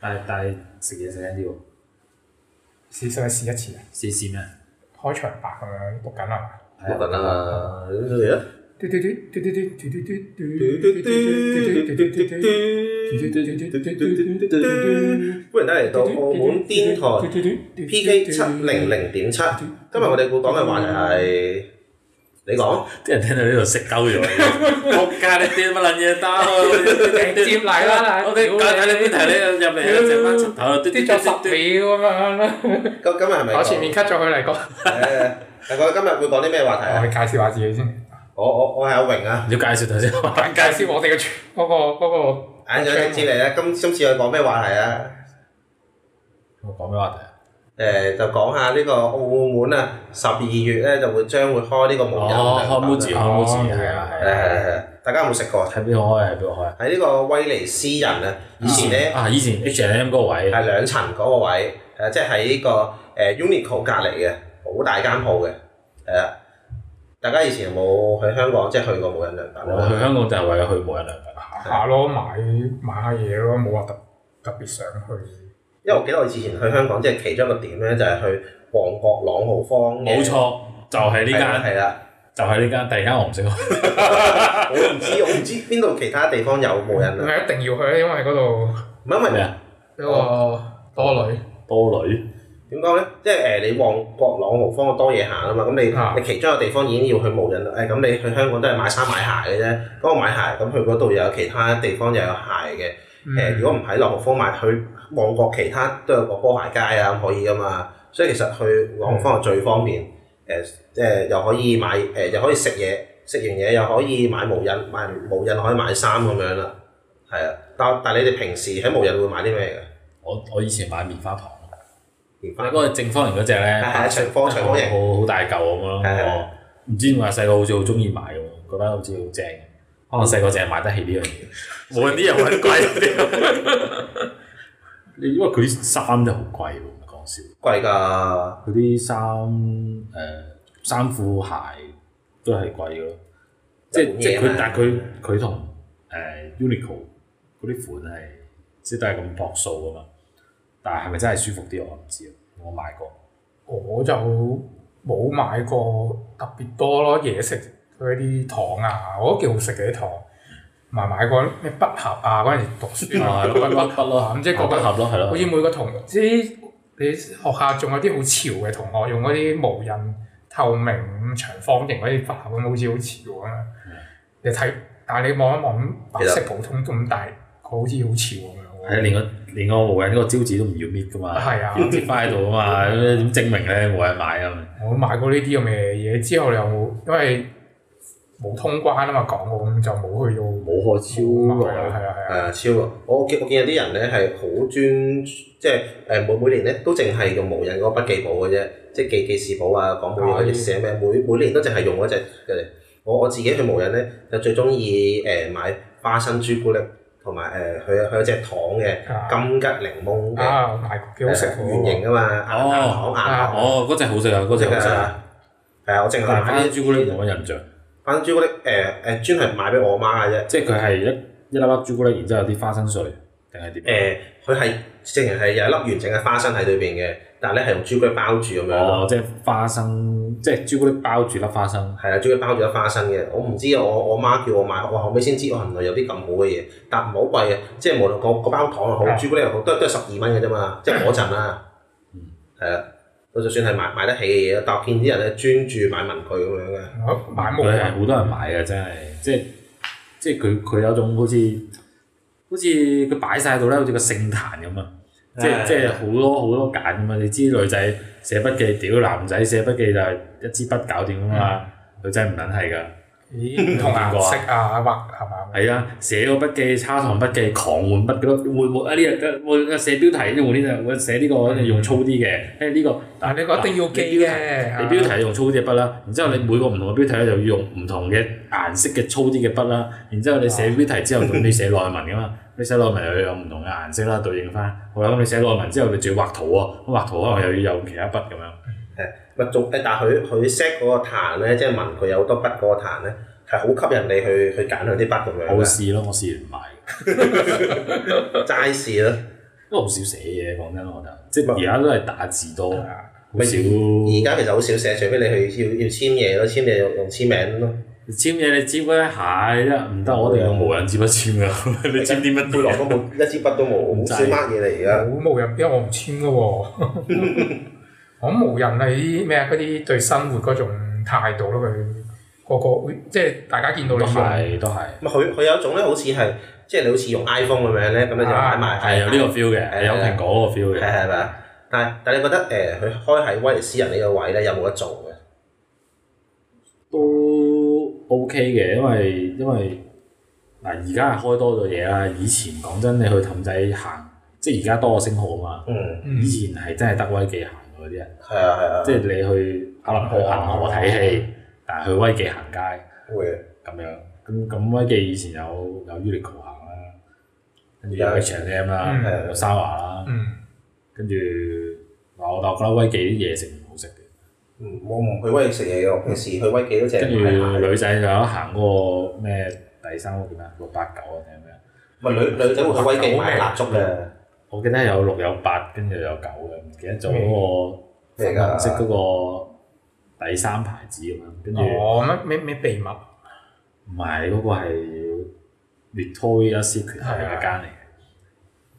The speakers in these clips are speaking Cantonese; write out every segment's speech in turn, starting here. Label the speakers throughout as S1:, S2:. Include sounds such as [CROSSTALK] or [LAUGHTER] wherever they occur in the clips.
S1: 但係但係食嘢食緊要
S2: 試使唔試一次啊？
S1: 試試咩？
S2: 開場白咁樣讀緊啊！
S1: 係
S3: 得啦，你嚟啊！
S2: 嘟嘟嘟嘟嘟嘟嘟嘟嘟嘟嘟嘟嘟嘟嘟嘟嘟嘟
S3: 歡迎大家嚟到澳門電台 PK 七零零點七。今日我哋會講嘅話題係，你講
S1: 啲人聽到呢度識鳩
S3: [LAUGHS]
S1: 咗，仆街你啲乜撚嘢單開？
S2: 直接嚟啦
S1: 我哋
S2: 屌你
S1: 解睇你邊題你入嚟啊！整翻柒頭，嘟嘟
S2: 跌咗十
S1: 嘟嘟
S2: 秒咁樣啦，
S3: 咁今日係咪講？
S2: 我前面 cut 咗佢嚟講，
S3: 誒，大概今日會講啲咩話題
S2: 我哋
S3: 啊？
S2: 介紹下自己先，
S3: 我我我係阿榮啊，
S1: 你要介紹頭先，
S2: 介紹我哋嘅嗰個嗰
S3: 眼鏡直接嚟啦。今今次我哋講咩話題啊？
S1: 我講咩話題啊？
S3: 誒，就講下呢個澳門啊，十二月咧就會將會開呢個無印
S1: 哦，漢堡
S3: 良
S1: 字，
S3: 品
S1: 漢
S3: 啊
S1: 堡字，係啊係
S3: 係啦
S1: 啊，
S3: 係啦係啦，大家有冇食過？
S1: 喺邊度開啊？喺邊度開啊？
S3: 喺呢個威尼斯人啊，以前咧。
S1: 啊，以前 H&M 嗰個位，
S3: 係兩層嗰個位，誒、即係喺呢個誒、Uniqlo 隔離嘅，好大間鋪嘅，係啦。大家以前有冇去香港即係去過無印良品
S1: 我去
S3: 啊？
S1: 香港就係為咗去無印良品。
S2: 個下咯，買買下嘢咯，冇話特特別想去。
S3: 因為我記得我以前去香港，即係其中一個點咧，就係去旺角朗豪坊嘅
S1: 冇錯，就係呢
S3: 係啦
S1: 間，
S3: 係啦。
S1: 就係呢間。第二間我唔識開。
S3: [LAUGHS] 我唔知我唔知邊度其他地方有無印
S2: 唔
S3: 啊？
S2: 係一定要去，因為嗰度
S3: 唔係因
S1: 咩
S3: 為
S1: 啊？
S2: 嗰個多女
S1: 多女
S3: 點講咧？即係誒，你旺角朗豪坊多嘢行啊嘛，咁你
S2: 啊
S3: 你其中一個地方已經要去無印啦。誒，咁你去香港都係買衫買鞋嘅啫。嗰個買鞋，咁去嗰度又有其他地方又有鞋嘅。誒、
S1: 嗯
S3: 如果唔喺朗豪坊買，去旺角其他都有個波鞋街啊，咁可以噶嘛。所以其實去朗豪坊係最方便。誒、即係又可以買誒、又可以食嘢，食完嘢又可以買無印，買完無印可以買衫咁樣啦。係啊，但但你哋平時喺無印會買啲咩
S1: 我我以前買棉花糖，
S3: 嘅？棉
S1: 你
S3: 花
S1: 嗰個正方形嗰只咧，
S3: 係係長方長方形
S1: 好好大嚿咁樣
S3: 係係
S1: 咯。我唔知點解細個好似好中意買咁，覺得好似好正。可能細個淨係買得起呢樣嘢，無論啲人揾貴。你 [LAUGHS] 因為佢衫真係好貴喎，唔係講笑。
S3: 貴㗎。
S1: 佢啲衫誒衫褲鞋都係貴嘅咯，即係即係
S3: 日本嘢
S1: 佢但
S3: 啊嘛，
S1: 係佢佢同誒 Uniqlo 嗰啲款係即係都係咁樸素啊嘛，但係係咪真係舒服啲我唔知啊，我買過，
S2: 我就冇買過特別多咯，嘢食嗰啲糖啊，我都幾好食嘅啲糖，同埋買過咩筆盒啊，嗰陣時讀
S1: [LAUGHS]
S2: 書
S1: 啊
S2: 買
S1: 係咯，筆
S2: 過筆
S1: 筆
S2: 盒
S1: 筆咯，
S2: 咁即係
S1: 個
S2: 個
S1: 筆盒咯，係咯，
S2: 好似每個同即係你學校仲有啲好潮嘅同學用嗰啲無印透明長方形嗰啲筆盒咁，好似好潮咁樣。你睇，但係你望一望白色普通咁大，佢好似好潮
S1: 係
S2: 咁
S1: 啊
S2: 樣喎。
S1: 連個連個無印嗰個招紙都唔要搣噶嘛，
S2: 係啊
S1: 要貼翻喺度啊嘛，咁點證明咧冇人買啊嘛？
S2: 我買過呢啲咁嘅嘢之後，你又冇因為冇通關啊嘛，港澳咁就冇去到
S1: 冇可
S2: 冇
S1: 超
S2: 買啊
S1: 耐，
S2: 係啊
S3: 誒、
S2: 係啊，
S3: 超啊！我見我見有啲人咧係好專，即係誒每每年咧都淨係用無印嗰個筆記簿嘅啫，即係記記事簿啊、講本嗰啲寫咩，每每年都淨係用嗰只嘅。我我自己去無印咧就最中意誒買花生朱古力同埋誒佢有佢有隻糖嘅
S2: 啊
S3: 金桔檸檬嘅，
S2: 啊買過幾好食
S3: 誒圓
S2: 喎，
S3: 形噶嘛，硬硬糖硬
S2: 啊
S3: 糖
S1: 哦，嗰只好食啊，嗰
S3: 嗰
S1: 只
S3: 只
S1: 好食啊，
S3: 啊！係啊，我淨係
S1: 但係
S3: 買
S1: 翻
S3: 呢
S1: 朱古力冇乜印象。
S3: 花生朱古力誒誒專係買俾我媽嘅啫。
S1: 即係佢係一一粒粒朱古力，然之後有啲花生碎，定係點？
S3: 誒，呃佢係淨係有一粒完整嘅花生喺裏邊嘅，但係咧係用朱古力包住咁樣咯。
S1: 哦，即係花生，即係朱古力包住粒花生。
S3: 係啊，朱古力包住粒花生嘅。我唔知啊，我我媽叫我買，我後尾先知，我原來有啲咁好嘅嘢，但唔係好貴嘅，啊即係無論個個包糖又好，
S2: 係
S3: 朱古力又好，都都係十二蚊嘅啫嘛，即係嗰陣啦。
S1: 嗯
S3: 係啦，我就算係買買得起嘅嘢，但我見啲人咧專注買文具咁樣嘅。
S2: 我買冇
S1: 佢係
S2: 啊
S1: 好多人買嘅，真係，即係即係佢佢有種好似好似佢擺晒喺度咧，好似個聖壇咁啊！即係
S3: 唉
S1: 即係好多好多揀咁啊！你知女仔寫筆記，屌男仔寫筆記就係一支筆搞掂啊嘛，女仔唔撚係㗎。
S2: 咦唔同顏色啊，畫係嘛？
S1: 係啊，寫個筆記、抄堂筆記、狂換筆記咯，換換啊呢日換寫標題，用呢隻換寫呢個用粗啲嘅，誒呢個
S2: 但係你個一定要記嘅，
S1: 你標題用粗啲嘅筆啦，然之後你每個唔同嘅標題咧就要用唔同嘅顏色嘅粗啲嘅筆啦，然之後你寫標題之後，咁你寫內文噶嘛，你寫內文又要有唔同嘅顏色啦，對應翻。好啦，咁你寫內文之後，你仲要畫圖喎，咁畫圖可能又要用其他筆咁樣。
S3: 咪仲誒，但係佢佢 set 嗰個壇咧，即係文具有好多筆嗰個壇咧，係好吸引你去去揀佢啲筆咁樣
S1: 我
S3: 嘅
S1: 試咯，我試完買。
S3: 齋試咯。
S1: 都好少寫嘢，講真，我覺得即係
S3: 咪
S1: 而家都係打字多，好
S2: 啊
S3: 咪
S1: 少
S3: 而家其實好少寫，除非你去要要簽嘢咯，簽嘢用用簽名咯。
S1: 簽嘢。你簽嗰一下一唔得，我哋用無人支筆簽噶， [LAUGHS] 你簽啲乜
S3: 背囊
S1: 嘢？
S3: 都冇，一支筆都冇，好
S1: 制
S3: 少乜嘢嚟而家。
S2: 冇啊無印，因為我唔簽噶喎。
S1: [LAUGHS]
S2: 我諗無印係啲咩啊？嗰啲對生活嗰種態度咯，佢個個會即係大家見到
S1: 都
S2: 你用
S1: 係都係，
S3: 咪啊佢佢有一種咧，好似係即係你好似用 iPhone 咁樣咧，咁你就買埋
S1: 啊係有呢個 feel 嘅，
S3: 係
S1: 有蘋果嗰個 feel
S3: 係
S1: 嘅。
S3: 係咪啊？但係但係你覺得誒，佢、開喺威尼斯人呢個位咧，有冇得做嘅？
S1: 都 OK 嘅，因為因為嗱而家係開多咗嘢啦，以前講真你去氹仔行，即係而家多個星號啊嘛，
S3: 嗯，
S2: 嗯
S1: 以前係真係得威記行嗰啲人，
S3: 係啊係啊，
S1: 即係你去可
S3: 哦
S1: 能去銀河睇戲，但係去威記行街
S3: 會嘅
S1: 咁樣，咁咁威記以前有有 Uniqlo 行啦，跟住有
S3: 有
S1: H&M 啦，
S3: 嗯
S1: 有沙華啦，
S2: 嗯，
S1: 跟住嗱我但我覺得威記啲嘢食唔好食嘅。
S3: 嗯，我唔去威記食嘢嘅，我平時去威記都淨
S1: 跟
S3: 係
S1: 住
S3: 買鞋。
S1: 女仔就有得行嗰個咩第三個叫咩六八九啊定係咩啊？
S3: 咪女女仔會去威記買蠟燭嘅，
S1: 我記得有六有八，跟住有九嘅，唔記得咗嗰個粉
S3: 咩嚟㗎
S1: 紅色嗰個第三牌子咁樣，跟住唔
S2: 哦乜咩咩秘密
S1: 係嗰個係 Victoria Secret 係
S2: 係啊
S1: 一間嚟嘅。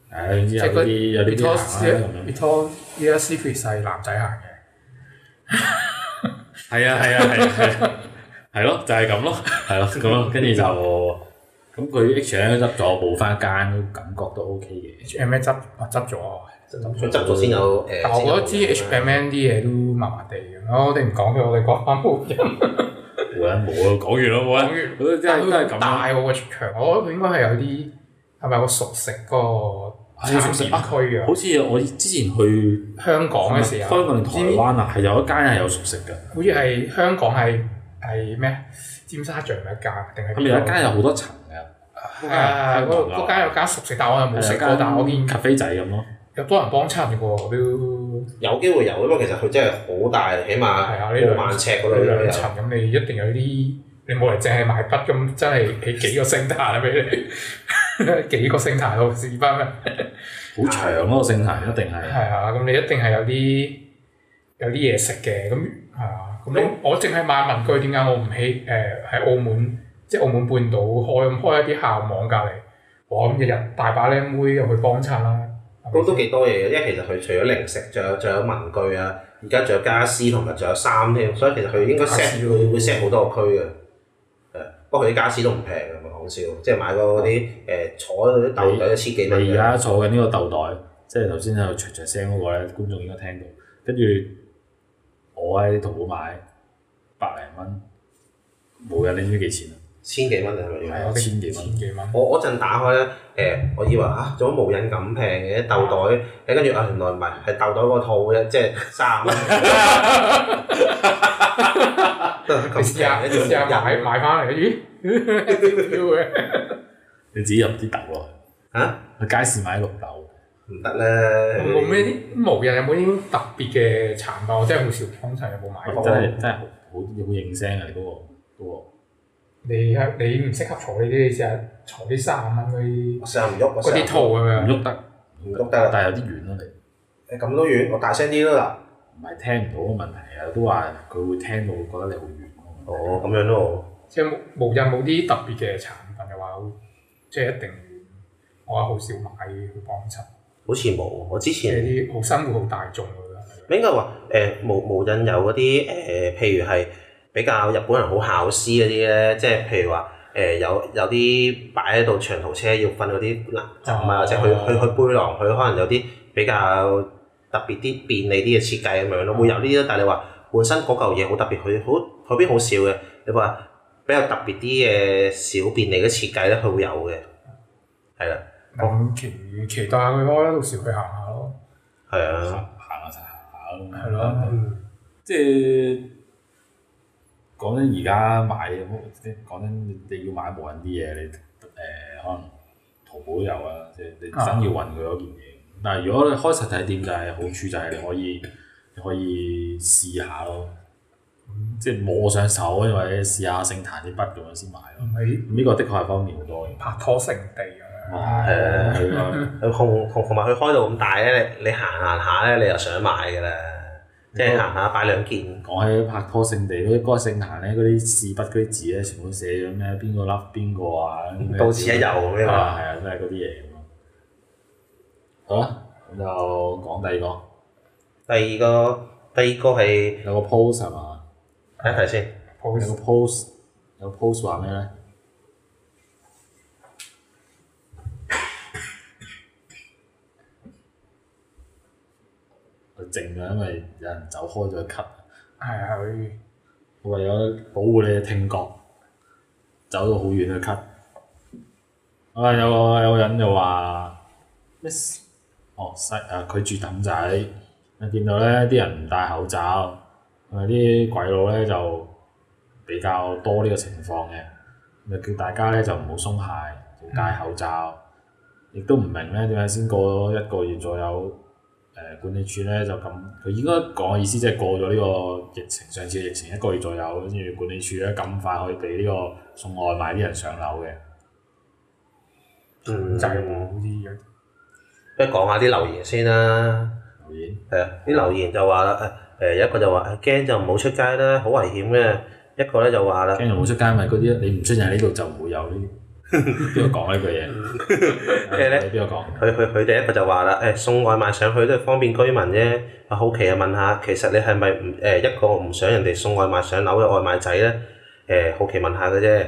S1: 唉，總之有
S2: 即係嗰
S1: 啲有啲啲行啦咁樣。
S2: Victoria Secret 係男仔行嘅。
S1: 係啊係啊係啊係啊，係咯就係咁咯，係咯咁咯，跟住就咁佢 H M 執咗補翻間，感覺都 OK 嘅。
S2: H&M 執啊執咗啊，
S3: 佢執咗先有誒。
S2: 但我覺得
S3: 先有
S2: 知 H&M 啲嘢都麻麻地嘅。我哋唔講佢，我哋
S1: [LAUGHS]
S2: 講翻無印。
S1: 冇啊冇啊，講完啦冇啊，
S2: 完
S1: 都真係都係咁啦。
S2: 大我個強，我覺得佢應該係有啲係咪我熟食嗰個
S1: 係啊熟食啊
S2: 產區啊？
S1: 好似我之前去
S2: 香港嘅時候，
S1: 香港定台灣啊，係有一間係有熟食嘅，
S2: 好似係香港係係咩？尖沙咀咪一間定係邊
S1: 係
S2: 個？
S1: 咪有一間有好多層嘅？
S2: 啊
S1: 香
S2: 嗰
S1: 港啊
S2: 嗰間有間熟食，但我又冇食過。但我見
S1: 咖啡仔咁咯，
S2: 有多人幫襯嘅喎，都
S3: 有機會有，因為其實佢真係好大，起
S2: 係啊呢
S3: 碼
S2: 兩
S3: 過萬尺嗰度
S2: 你
S3: 都
S2: 兩
S3: 有。
S2: 層咁，你一定有啲你冇嚟淨係買筆咁，真係起幾個星塔啦俾你， [LAUGHS] 幾個星塔咯，屎忽咩？
S1: 好長嗰個聖壇一定係。
S2: 係啊，咁你一定係有啲有啲嘢食嘅，咁係啊，咁你我淨係買文具，點解我唔喺誒喺澳門，即係澳門半島開開一啲校網隔離，哇！咁日日大把靚妹入去幫襯啦，係咪
S3: 都都幾多嘢嘅，因為其實佢除咗零食，仲有仲有文具啊，而家仲有家私同埋仲有衫添，所以其實佢應該
S2: 家
S3: set
S2: 私
S3: 會
S2: 咯
S3: 會 set 好多個區嘅。係不過佢啲家私都唔平嘅，唔係講笑，即係買個嗰啲誒坐喺度啲豆仔一千幾蚊
S1: 你
S3: 嘅。
S1: 而家坐緊呢個豆袋，即係頭先喺度嘈嘈聲嗰個咧，觀眾應該聽到。跟住我喺淘寶買百零蚊，冇人你知唔知幾錢啊？
S3: 千幾蚊係咪要？
S1: 係啊千幾蚊
S2: 千幾蚊，
S3: 我我嗰陣打開咧，誒、我以為啊，做乜無印咁平嘅豆袋，誒跟住啊原來唔係，係豆袋嗰個套啫，即係三
S2: [LAUGHS]
S3: 十蚊。
S2: 你試下你
S3: 都係咁平嘅，
S2: 試下
S3: 條
S2: 買
S3: 人
S2: 買翻嚟，咦？ [LAUGHS] 招嘅，
S1: 你自己入啲豆落
S3: 嚇
S1: 去，去街市買綠豆。
S3: 唔得咧。
S2: 冇咩啲無人有冇啲特別嘅產品？我真係好少幫襯，有冇買
S1: 真
S2: 過？
S1: 係真係好好好應聲啊！你嗰個嗰個
S2: 你係你唔適合坐呢啲，你試下坐啲三十蚊嗰啲
S3: 我成日唔喐，我
S2: 嗰
S3: 成日
S2: 啲套咁
S1: 唔
S2: 樣。
S1: 喐得，
S3: 唔喐得啦。
S1: 但係有啲遠咯，你
S3: 誒咁都遠，我大聲啲啦。
S1: 唔係聽唔到嘅問題啊，都話佢會聽到，覺得你好遠咯。
S3: 哦，咁樣咯。
S2: 即係無無印冇啲特別嘅產品嘅話，即係一定我係好少買去幫襯，
S3: 好似冇，我之
S2: 即係
S3: 前
S2: 啲好生活好大眾嘅。
S3: 應該話誒無無印有嗰啲誒，譬如係比較日本人好考師嗰啲咧，即係譬如話誒、有有啲擺喺度長途車要瞓嗰啲冷枕啊，或者佢佢佢背囊，佢可能有啲比較特別啲便利啲嘅設計咁樣咯，會有呢啲咯。但係你話本身嗰嚿嘢好特別，佢好佢邊好少嘅。你話比較特別啲嘅小便利嘅設計咧，佢會有嘅，係啦，
S2: 咁期期待下佢開啦，到時去行下咯，
S3: 係啊。
S1: 行行下行下
S2: 係咯。嗯
S1: 即係講真，而家買即係講真，你你要買無印啲嘢，你誒、可能淘寶有啊，即係你真要運佢嗰件嘢。但係如果你開實體店就係好處就係你可以你可以試下咯，即係摸上手，因為試下聖壇啲筆咁樣先買咯。
S2: 唔係
S1: 呢個的確係方便好多嘅。
S2: 拍拖聖地咁樣。
S3: 係
S1: 係啊，
S3: 佢同同同埋佢開到咁大咧，你你行行下咧，你又想買㗎啦，即係行下擺兩件。
S1: 講起拍拖聖地嗰啲嗰個聖壇咧，嗰啲試筆嗰啲字咧，全部都寫咗咩邊個 love 邊個啊，咁
S3: 到此一遊咁樣
S1: 係
S3: 嘛
S1: 啊，係啊，都係嗰啲嘢咁啊。好啦，咁就講第二個，
S3: 第二個第二個係
S1: 有個 post 係嘛？
S3: 睇一睇先，
S1: 有
S2: post
S1: 個 post 有個 post 話咩咧？佢靜咗，因為有人走開咗咳。
S2: 係啊佢
S1: 佢為咗保護你嘅聽覺，走到好遠去咳。啊，有個有個人就話咩事？哦，西啊，佢住氹仔，啊見到咧啲人唔戴口罩，啊啲鬼佬咧就比較多呢個情況嘅，咪叫大家咧就唔好鬆懈，要戴口罩。亦都唔明咧點解先過咗一個月左右，誒、管理處咧就咁，佢應該講嘅意思即係過咗呢個疫情，上次嘅疫情一個月左右，跟住管理處咧咁快可以俾呢個送外賣啲人上樓嘅。
S3: 嗯，
S2: 就係好啲嘅，
S3: 不如講下啲留言先啦。
S1: 留言
S3: 係啊，啲留言就話啦，誒誒一個就話誒驚就唔好出街啦，好危險嘅。一個咧就話啦，
S1: 驚人冇出街咪嗰啲，你唔出現喺呢度就唔會有呢啲。邊個講呢句嘢？
S3: 咩咧
S1: [LAUGHS] 你邊個講？
S3: 佢佢佢哋一個就話啦，誒、送外賣上去都係方便居民啫。啊好奇啊問下，其實你係咪唔誒一個唔想人哋送外賣上樓嘅外賣仔咧？誒、好奇問下嘅啫。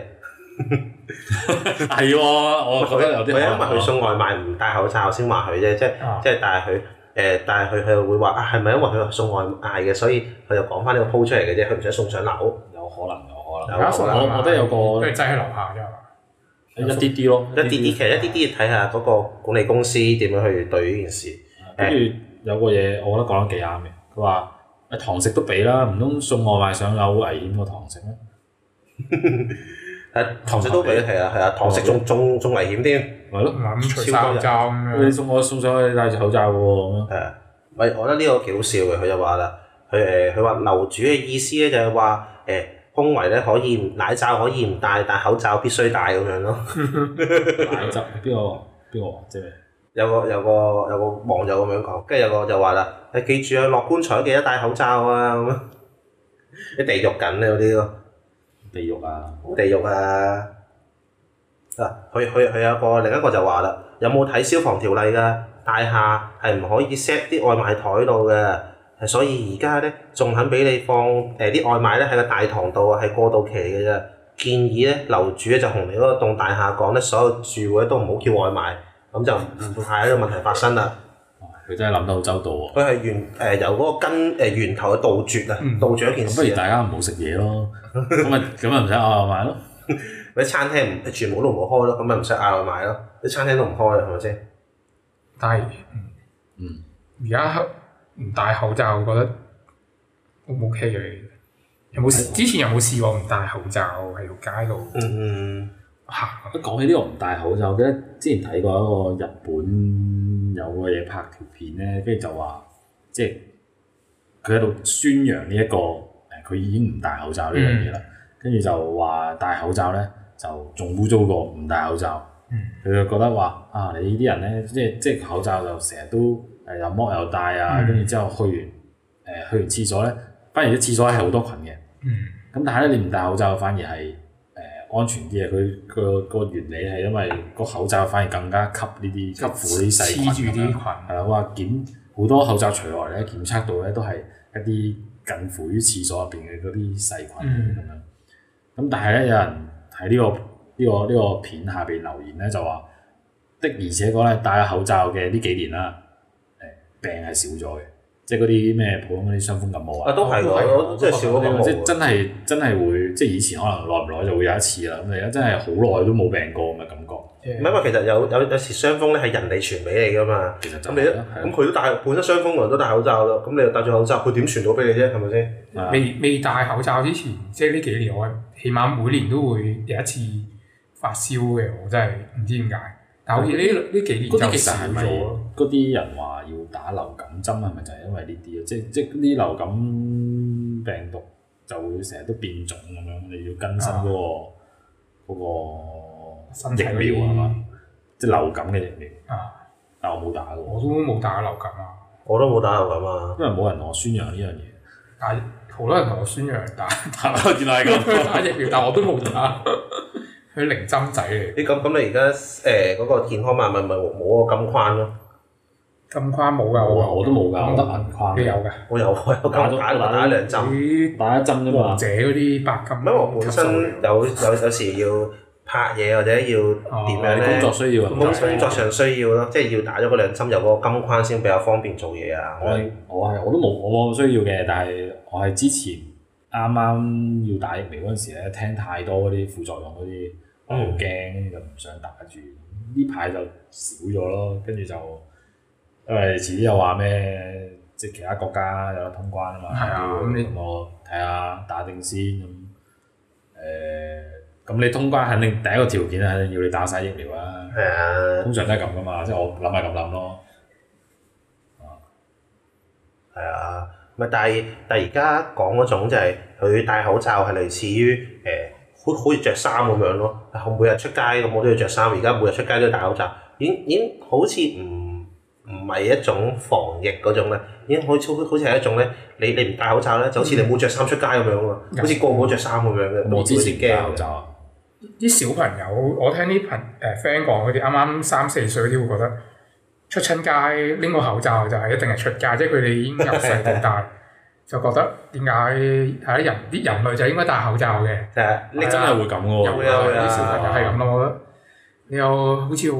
S1: 係喎，
S3: 啊
S1: 我覺啊得有啲
S3: 佢因為
S1: 可能
S3: 佢送外賣唔戴口罩先話佢啫，即係
S2: 啊
S3: 即係但係佢誒，但係佢佢會話啊，係咪因為佢送外賣嘅，所以佢就講翻呢個 po 出嚟嘅啫，佢唔想送上樓。
S1: 有可能，有可
S3: 有
S1: 能。
S2: 而家送
S3: 可
S1: 我
S2: 外賣
S1: 我覺得有
S2: 都
S1: 個
S2: 係擠喺樓下啫係嘛，
S1: 一啲啲咯，
S3: 一啲啲其實一啲啲睇下嗰個管理公司點樣去對呢件事。
S1: 跟住有個嘢，我覺得講得幾啱嘅。佢話：誒堂食都俾啦，唔通送外賣上樓危險過堂食咩？
S3: 誒堂食都俾，係啊係啊，堂食仲仲仲危險添。
S1: 咪咯，
S2: 唔咁除晒
S3: 超多
S2: 口
S3: 人
S2: 罩咁
S1: 你
S3: 嗯
S2: 樣，
S1: 送我送上去戴住口罩喎咁樣。
S3: 誒，啊喂，我覺得呢個幾好笑嘅，佢就話啦，佢誒佢話樓主嘅意思咧就係話誒。胸圍咧可以唔奶罩可以唔戴，但口罩必須戴咁樣咯。
S1: 奶汁邊個邊個即係
S3: 有個有個有個網友咁樣講，跟住有個就話啦：，誒記住啊，落棺材記得戴口罩啊咁樣。 [LAUGHS] 啲地獄緊啊咧嗰啲咯，
S1: 地獄啊？
S3: 好地獄啊！啊，佢佢佢有個另一個就話啦：，有冇睇消防條例㗎？大廈係唔可以 set 啲外賣台度嘅，係所以而家咧仲肯俾你放誒啲、外賣咧喺個大堂度啊，係過渡期嘅啫。建議咧樓主咧就同你嗰個棟大廈講咧，所有住戶咧都唔好叫外賣，咁就唔怕呢個問題發生啦。
S1: 哇佢真係諗得好周到喎。
S3: 佢係源誒由嗰個根誒源頭去杜絕啊，
S2: 嗯
S3: 杜絕一件
S1: 咁不如
S3: 事啊。
S1: 大家唔好食嘢咯，咁
S3: [LAUGHS]
S1: 咪咁啊咪唔使嗌外賣咯。
S3: 你餐廳唔全部都唔好開咯，咁咪唔使嗌外賣咯。啲餐廳都唔開啦，係咪先？
S2: 但係
S1: 嗯，
S2: 而家唔戴口罩，我覺得 O 唔 OK 嘅？有冇試之前有冇試過唔戴口罩喺條街度
S3: 嗯，
S2: 行啊？
S1: 一講起呢個唔戴口罩，我記得之前睇過一個日本有個嘢拍條片咧，跟住就話即係佢喺度宣揚呢、一個誒，佢已經唔戴口罩呢樣嘢啦。跟住、就話戴口罩咧就仲污糟過唔戴口罩。
S2: 嗯
S1: 佢就覺得話啊，你呢啲人咧，即係即係口罩就成日都誒又剝又戴啊，
S2: 嗯
S1: 跟住、之後去完誒、去完廁所咧，反而啲廁所係好多菌嘅。
S2: 嗯，
S1: 咁但係咧，你唔戴口罩反而係誒、安全啲嘅。佢個個原理係因為個口罩反而更加吸呢啲吸附呢啲細菌啊
S2: 黐住啲啊
S1: 咁樣
S2: 菌，
S1: 係啦，話檢好多口罩除外咧，檢測到咧都係一啲近乎於廁所入邊嘅嗰啲細菌
S2: 嗯
S1: 咁樣。咁、但係咧，有人喺呢、個呢、個呢、個片下邊留言咧，就話的而且確咧，戴咗口罩嘅呢幾年啦，誒、病係少咗嘅，即係嗰啲咩普通嗰啲傷風感冒
S3: 啊
S1: 啊。
S3: 都係喎，我真係少咗感冒
S1: 即係
S3: 喎。
S1: 真係真係會，即係以前可能耐唔耐就會有一次啦。咁你而家真係好耐都冇病過咁嘅感覺，
S3: 唔係因為其實有有有時傷風咧係人哋傳俾你噶嘛，
S1: 其實就
S3: 咁你一
S1: 係啦啊係
S3: 咁
S1: 啦
S3: 佢都戴本身傷風嘅人都戴口罩啦，咁你又戴咗口罩，佢點傳到俾你啫？係咪先？
S1: 係啊
S2: 未未戴口罩之前，即係呢幾年我係起碼每年都會有一次發燒嘅，我真係唔知點解。但好似呢呢幾年就
S1: 嗰啲其
S2: 少
S1: 實係咪啊
S2: 咗咯。
S1: 嗰啲人話要打流感針係咪就係因為呢啲啊？即即啲流感病毒就會成日都變種咁樣，你要更新嗰、個嗰、
S2: 身
S1: 個
S2: 體
S1: 疫苗係嘛？即係流感嘅疫苗，
S2: 啊，
S1: 但我冇打過，
S2: 我都冇打流感啊，
S3: 我都冇打流感啊，
S1: 因為冇人同我宣揚呢樣嘢。
S2: 但係好多人同我宣揚打 [LAUGHS]
S1: 原來係咁，
S2: 打疫苗，但我都冇打，佢零針仔嚟，
S3: 你咁咁你而家誒嗰個健康碼咪咪冇個金框咯，
S2: 金框冇㗎，
S1: 我
S2: 我
S1: 我都冇
S3: 啊
S1: 㗎，我得銀框
S2: 你有㗎？
S3: 我有我有金
S1: 打
S3: 打
S1: 咗
S3: 打打兩針。
S2: 啲
S1: 打一針啫嘛
S2: 王。者嗰啲白
S1: 嗯
S2: 金，啊
S3: 唔係因為我本身有有有時要拍嘢或者要點樣
S1: 哦你工，
S3: 咧
S1: 作需要啊，
S3: 工
S1: 唔係
S3: 工作上需要咯，即係要打咗嗰兩針有嗰個金框先比較方便做嘢啊。
S1: 我係我係我都冇我冇需要嘅，但係我係之前啱啱要打疫苗嗰陣時咧，聽太多嗰啲副作用嗰啲，我好
S2: 嗯
S1: 驚就唔想打住。呢排就少咗咯，跟住就因為遲啲又話咩，即係其他國家有得通關啊嘛，
S2: 係啊咁你
S1: 咁我睇下打定先咁。誒、咁你通關肯定第一個條件係肯定要你打晒疫苗啦。
S3: 係啊，
S1: 通常都係咁噶嘛，即係我諗係咁諗咯。
S3: 係啊，咪但係但係而家講嗰種就係佢戴口罩係類似於誒，好好似着衫咁樣咯。我每日出街咁我都要着衫，而家每日出街都要戴口罩，已經已經好似唔唔係一種防疫嗰種咧，已經好似好似係一種咧，你你唔戴口罩咧，就好似你冇着衫出街咁樣
S1: 嗯
S3: 喎，好似個個着衫咁樣嘅，
S1: 我之前戴
S3: 驚
S1: 口
S3: 嘅。
S1: 罩啊。
S2: 啲小朋友，我聽啲朋誒 friend 講，佢哋啱啱三四歲嗰啲會覺得出親街拎個口罩就係一定係出街，即係佢哋已經由細到大
S3: [LAUGHS]
S2: 就覺得點解係人啲人類就應該戴口罩嘅，
S3: 就係
S1: 你
S3: 你
S1: 真係會咁嘅喎，
S3: 會啊會
S1: 啲
S3: 啊
S1: 小
S2: 啲小
S1: 朋
S2: 朋友
S1: 友係
S2: 係
S1: 咁
S2: 咁。咯，我覺得你又好似好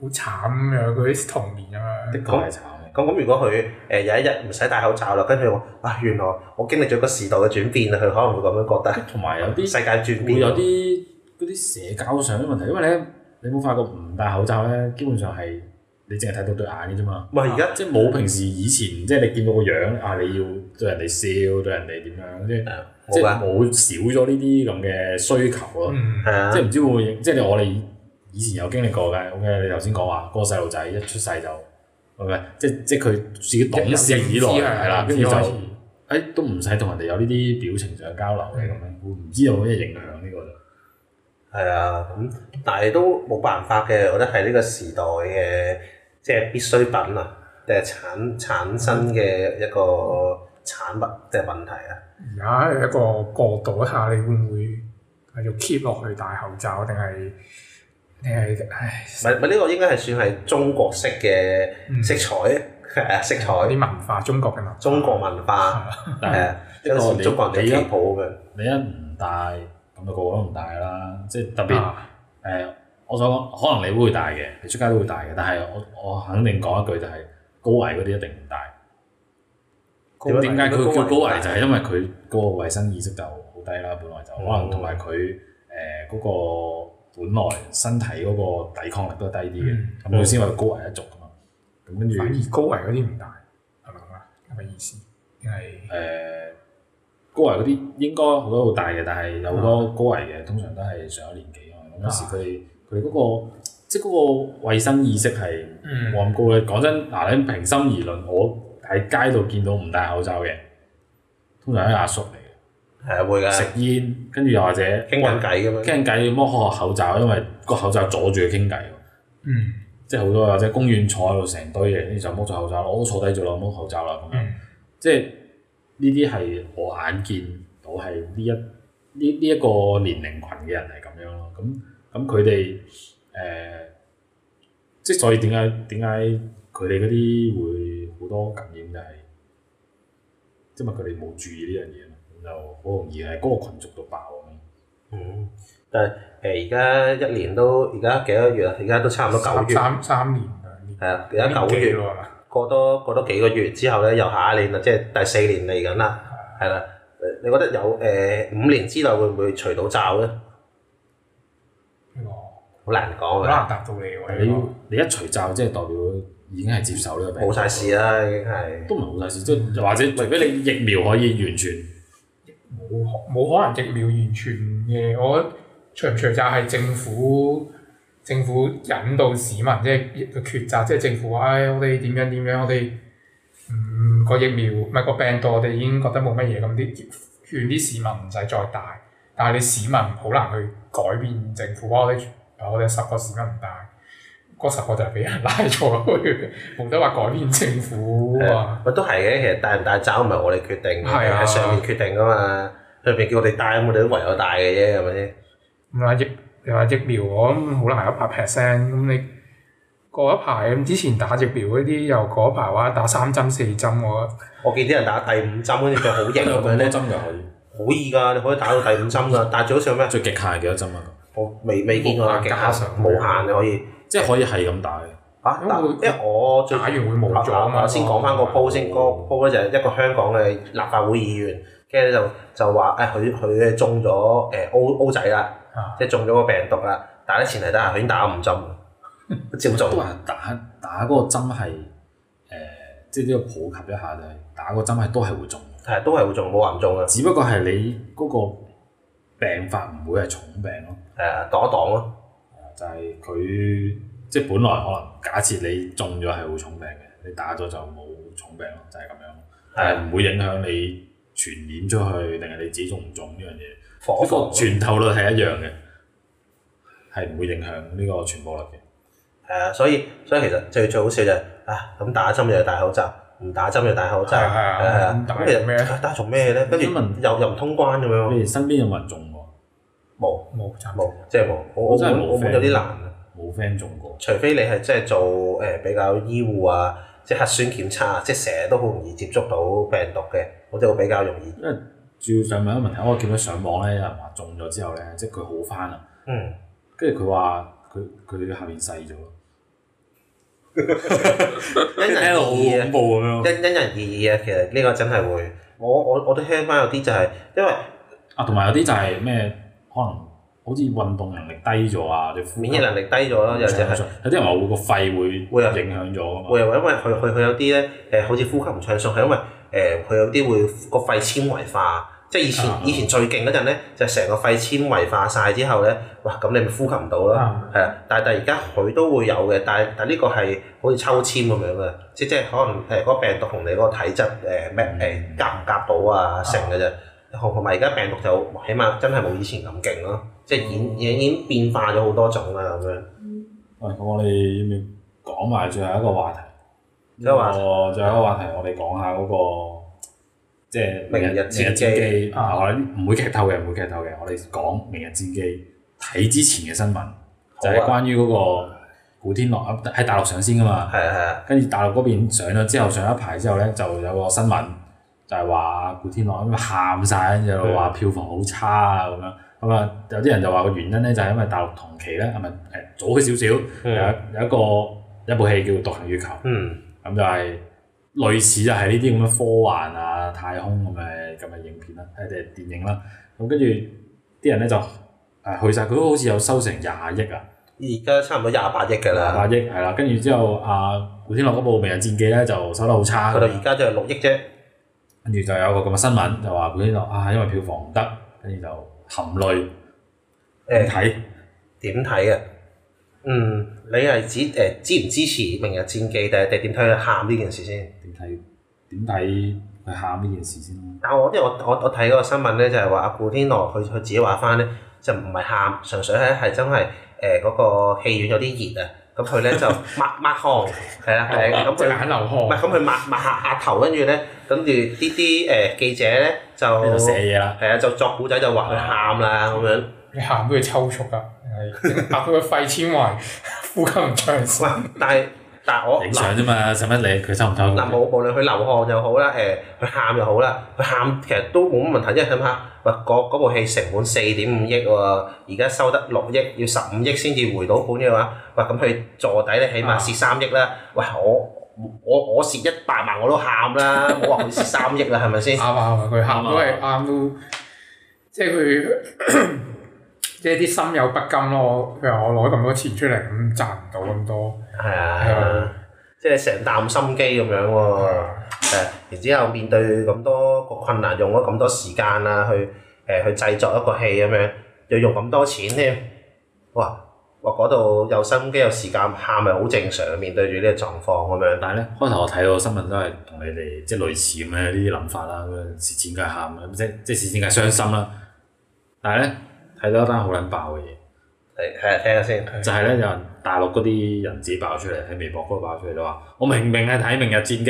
S2: 好慘咁樣，佢啲童年咁
S1: 的
S2: 樣，
S1: 確係慘嘅。
S3: 咁咁，如果佢誒有一日唔使戴口罩啦，跟住我啊，原來我經歷咗個時代嘅轉變啊啦，佢可能會咁樣覺
S1: 同埋有啲
S3: 得世界轉
S1: 會
S3: 變。
S1: 有啲嗰啲社交上嘅問題，因為咧你冇發覺唔戴口罩咧，基本上係你淨係睇到對眼嘅啫嘛，
S3: 唔係而家
S1: 即係冇平時以前即係你見到個樣啊，你要對人哋笑，對人哋點樣，即係即
S3: 冇
S1: 係
S3: 㗎，
S1: 冇少咗呢啲咁嘅需求咯。
S2: 嗯，
S3: 係啊
S1: 即係。唔知會唔會，即係我哋以前有經歷過嘅。OK，你頭先講話嗰個細路仔一出世就，係咪？即即係佢自己懂事以來
S2: 一有認知係
S1: 係啦，跟住就
S2: 開始
S1: 誒、都唔使同人哋有呢啲表情上交流嘅咁樣，會唔知有咩影響呢個就
S3: 係啊，咁但係都冇辦法嘅，我覺得係呢個時代嘅即係必需品啊，定係產產生嘅一個產物嘅問題啊。
S2: 而家一個過渡一下，你會唔會繼續 keep 落去戴口罩，定係定係唉？
S3: 唔係唔係呢個應該係算係中國式嘅
S2: 嗯
S3: 色彩，
S1: 嗯
S3: 係啊色
S2: 啲
S3: 彩，
S2: 文化，中國嘅文化，
S3: 中國文化
S1: [LAUGHS] 但
S3: 係
S1: 係
S3: 啊，即係好似中國人嘅旗袍咁樣。
S1: 你一唔戴，咁就個個都唔戴啦。即係特別誒、
S2: 啊
S1: 我想講，可能你都會戴嘅，你出街都會戴嘅，但係我我肯定講一句就係、高危嗰啲一定唔戴。咁點解佢叫高危就係因為佢嗰個衞生意識就好低啦，本來就可能同埋佢誒嗰個本來身體嗰個抵抗力都係低啲嘅
S2: 嗯，
S1: 咁佢先話高危一族噶嘛。咁跟住
S2: 反
S1: 誒
S2: 而高危嗰啲唔大，係咪咁啊？係咪意思？定係
S1: 高危嗰啲應該好多好大嘅，但係有好多高危嘅通常都係上咗年紀啊。咁有時佢哋佢哋嗰個即係嗰個衞生意識係
S2: 嗯
S1: 冇咁高咧。講真，嗱你平心而論，我喺街度見到唔戴口罩嘅，通常係阿叔嚟嘅。
S3: 係啊會㗎
S1: 食。煙，跟住又或者
S3: 傾緊偈咁樣。
S1: 傾緊偈，摸下個口罩，因為個口罩阻住佢傾偈喎。
S2: 嗯
S1: 即係好多或者公園坐喺度成堆嘢，跟住就摸咗口罩啦，我都坐低咗啦，摸口罩啦咁樣。
S2: 嗯
S1: 即係呢啲係我眼見到係呢一呢呢一個年齡群嘅人係咁樣咯。咁咁佢哋誒，即係所以點解點解佢哋嗰啲會好多感染就係、因為佢哋冇注意呢樣嘢咯，咁就好容易係嗰個群族度爆啊咁樣。
S3: 嗯，但係誒而家一年都而家幾多月啊？而家都差唔多九
S2: 三
S3: 月。
S2: 三三年兩年，
S3: 係啊，而家九
S2: 年幾
S3: 月，
S2: 咯係嘛？
S3: 過多過多幾個月之後咧，又下一年啦，即係第四年嚟緊啦，係啦。誒你覺得有誒、五年之內會唔會除到罩咧？
S2: 呢個
S3: 好難
S2: 好
S3: 講啊㗎，
S2: 難答到你喎。
S1: 你
S2: 呢個
S1: 你一除罩，即係代表已經係接受呢個病
S3: 冇晒事啦，已經係。
S1: 都唔係冇晒事，即係又或者除非你疫苗可以完全
S2: 冇可冇可能疫苗完全嘅，我覺得除唔除就係政府政府引導市民即係抉擇，即係政府話：，唉，我哋點樣點樣，我哋嗯個疫苗唔係個病毒，我哋已經覺得冇乜嘢，咁啲勸啲市民唔使再戴。但係你市民好難去改變政府，哇我哋我哋十個市民唔戴，嗰十個就係俾人拉咗 [LAUGHS] 去，冇得話改變政府啊。
S3: 喂，都係嘅，其實戴唔戴罩唔係我哋決定嘅，
S2: 係啊
S3: 係上面決定噶嘛。上面叫我哋戴，咁我哋都唯有戴嘅啫，係咪先？
S2: 咁啊疫你話疫苗我咁好難一百 percent 咁你過一排咁之前打疫苗嗰啲又過一排話打三針四針我
S3: 我見啲人打第五針，跟住佢好型
S1: 有咁
S3: 咁樣
S1: 多
S2: [LAUGHS]
S3: 咧
S1: 針，㗎可以，
S3: 好易㗎，你可以打到第五針㗎。但係最好笑咩？
S1: 最極限係幾多針啊？
S3: 我未未見過
S2: 無限
S3: 極
S2: 加
S3: 限
S2: 上
S3: 無限你可以
S1: 即係可以係咁打嘅。
S3: 啊！
S2: 因為
S3: 但
S2: 會
S3: 因為我最
S2: 打完會冇咗啊嘛。
S3: 先講翻個 po 先，嗰個 po 咧就係一個香港嘅立法會議員，跟住咧就就話誒佢佢中咗誒 O O 仔啦，
S2: 啊
S3: 即係中咗個病毒啦，但係咧前提底下佢已經打咗五針，照
S1: 都
S3: 做。
S1: 話打打嗰個針係誒、呃即係呢個普及一下就係打個針係都係會中，
S3: 係都係會中，冇話唔中嘅，啊
S1: 只不過係你嗰個病發唔會係重病咯，
S3: 係啊，擋一擋咯。
S1: 就係、佢即係本來可能假設你中咗係會重病嘅，你打咗就冇重病咯，就係、咁樣，但係唔會影響你傳染出去，定係你自己中唔中呢樣嘢，
S3: 防
S1: 嗰
S3: 一
S1: 個
S3: 防
S1: 傳透率係一樣嘅，係唔會影響呢個傳播率嘅。
S3: 係啊，所以所以其實最最好笑就係啊，咁打針又要戴口罩，唔打針又戴口罩，
S2: 係啊係啊
S3: 係
S2: 咁打
S3: 咁其
S2: 做咩咧
S3: 啊實打做咩咧？跟住
S1: 想問
S3: 又又唔通關咁樣，
S1: 你哋身邊有冇人中過？
S3: 冇
S2: 冇就
S3: 冇，即係冇。我
S1: 我真係
S3: 澳門
S1: 冇
S3: 澳門
S1: friend
S3: 有啲啊難，
S1: 冇 friend 中過。
S3: 除非你係即係做誒比較醫護啊，即係核酸檢測啊，即係成日都好容易接觸到病毒嘅，我就會比較容易。
S1: 主要想問一個問題，我見到上網咧有人話中咗之後咧，即係佢好翻啦，
S3: 嗯，
S1: 跟住佢話佢佢下面細咗，
S3: 因人而異啊。
S1: 怖咁樣。
S3: 因因人而異啊，其實呢個真係會，我我我都聽翻有啲就係、因為
S1: 啊，同埋有啲就係咩，可能好似運動能力低咗啊，你呼吸
S3: 免疫能力低咗啦，有
S1: 唔
S3: 隻係
S1: 暢。順有啲人話會個肺會
S3: 會啊
S1: 影響咗啊嘛。
S3: 會因為佢佢佢有啲咧誒，好似呼吸唔暢順，係因為誒呃佢、有啲會個肺纖維化，即係以前、
S1: 啊
S3: 以前最勁嗰陣咧，就成個肺纖維化晒之後咧，哇咁你咪呼吸唔到咯，
S2: 啊
S3: 係啊、但係但係而家佢都會有嘅，但係但係呢個係好似抽籤咁樣嘅，即即係可能誒嗰個病毒同你嗰個體質誒咩誒夾唔夾到啊成嘅啫。同同埋而家病毒就起碼真係冇以前咁勁咯，即係演已經變化咗好多種啦咁樣。
S1: 喂，咁我哋要唔要講埋最後一個話題？
S3: 最後一個話題
S1: 個最後一個話題，我哋講下嗰個即係
S3: 明日戰機
S1: 機啊！我哋唔會劇透嘅，唔會劇透嘅。我哋講明日戰機睇之前嘅新聞，就係
S3: 好啊
S1: 關於嗰個古天樂啊喺大陸上先噶嘛。
S3: 係啊係啊，
S1: 跟住大陸嗰邊上咗之後，上一排之後咧，就有個新聞就係話古天樂因為喊晒，跟住
S3: 嗯
S1: 又話票房好差啊咁樣。咁啊，有啲人就話個原因咧，就係因為大陸同期咧，係咪誒早佢少少有
S3: 嗯
S1: 有一個有一部戲叫《獨行月球》，
S3: 嗯。
S1: 咁就係類似就係呢啲咁嘅科幻啊、太空咁嘅咁嘅影片啦，誒誒電影啦。咁跟住啲人咧就誒去晒，佢都好似有收成廿億啊！
S3: 而家差唔多廿八億㗎
S1: 八
S3: 啦，
S1: 億係啦，跟住之後啊，古天樂嗰部《明日戰記》咧就收得好差，
S3: 佢到而家都係六億啫。
S1: 跟住就有個咁嘅新聞就話古天樂啊，因為票房唔得，跟住就含淚唔
S3: 誒
S1: 睇，
S3: 點睇啊？嗯，你係指誒、支唔支持《明日戰記》定係定點睇佢喊呢件事先？
S1: 點睇點睇佢喊呢件事先咯。
S3: 但我因為我我我睇嗰個新聞咧，就係話阿古天樂佢佢自己話翻咧，就唔係喊，純粹係係真係誒嗰個戲院有啲熱啊，咁佢咧就
S1: [LAUGHS]
S3: 抹抹汗，係
S1: 哦
S3: 啊係啊，咁
S2: 隻
S3: 佢
S2: 眼流
S3: 唔係
S2: 汗，
S3: 咁佢抹抹下額頭，跟住咧跟住啲啲誒記者咧就
S1: 跟住就寫
S3: 係
S1: 嘢啦，
S3: 啊就作古仔就話佢喊啦咁樣。
S2: 你喊都要抽搐㗎，係嚇到個肺纖維， [LAUGHS] 呼吸唔暢順。
S3: 喂，但係但係我
S1: 影相啫嘛，使乜理佢收唔收？
S3: 嗱，無無論佢流汗又好啦，誒、佢喊又好啦，佢喊其實都冇乜問題，因為諗下，喂，嗰嗰部戲成本四點五億喎，而家收得六億，要十五億先至回到本嘅話，喂，咁佢坐底咧，起
S1: 啊
S3: 碼蝕三億啦，喂，我我我蝕一百萬我都喊啦，我話佢蝕三億啦，係咪先
S2: 啱？啊！佢喊都係啱都，即係佢 [CLEARS THROAT] 即係啲心有不甘咯。譬如我攞咁多錢出嚟，咁賺唔到咁多，
S3: 係啊，即係成啖心機咁樣喎、誒，然之後面對咁多個困難，用咗咁多時間啊，去誒、去製作一個戲咁樣，又用咁多錢添，哇！哇！嗰度有心機有時間喊咪好正常，面對住呢個狀況咁樣。
S1: 但係咧，開頭我睇到新聞都係同你哋即係類似咁樣呢啲諗法啦，咁樣蝕錢梗係喊啦，即即係蝕錢梗係傷心啦。但係咧睇到一單好撚爆嘅嘢，
S3: 嚟係啊聽下先。
S1: 就係咧，有人大陸嗰啲人紙爆出嚟，喺微博嗰度爆出嚟，就話我明明係睇《明日戰記》，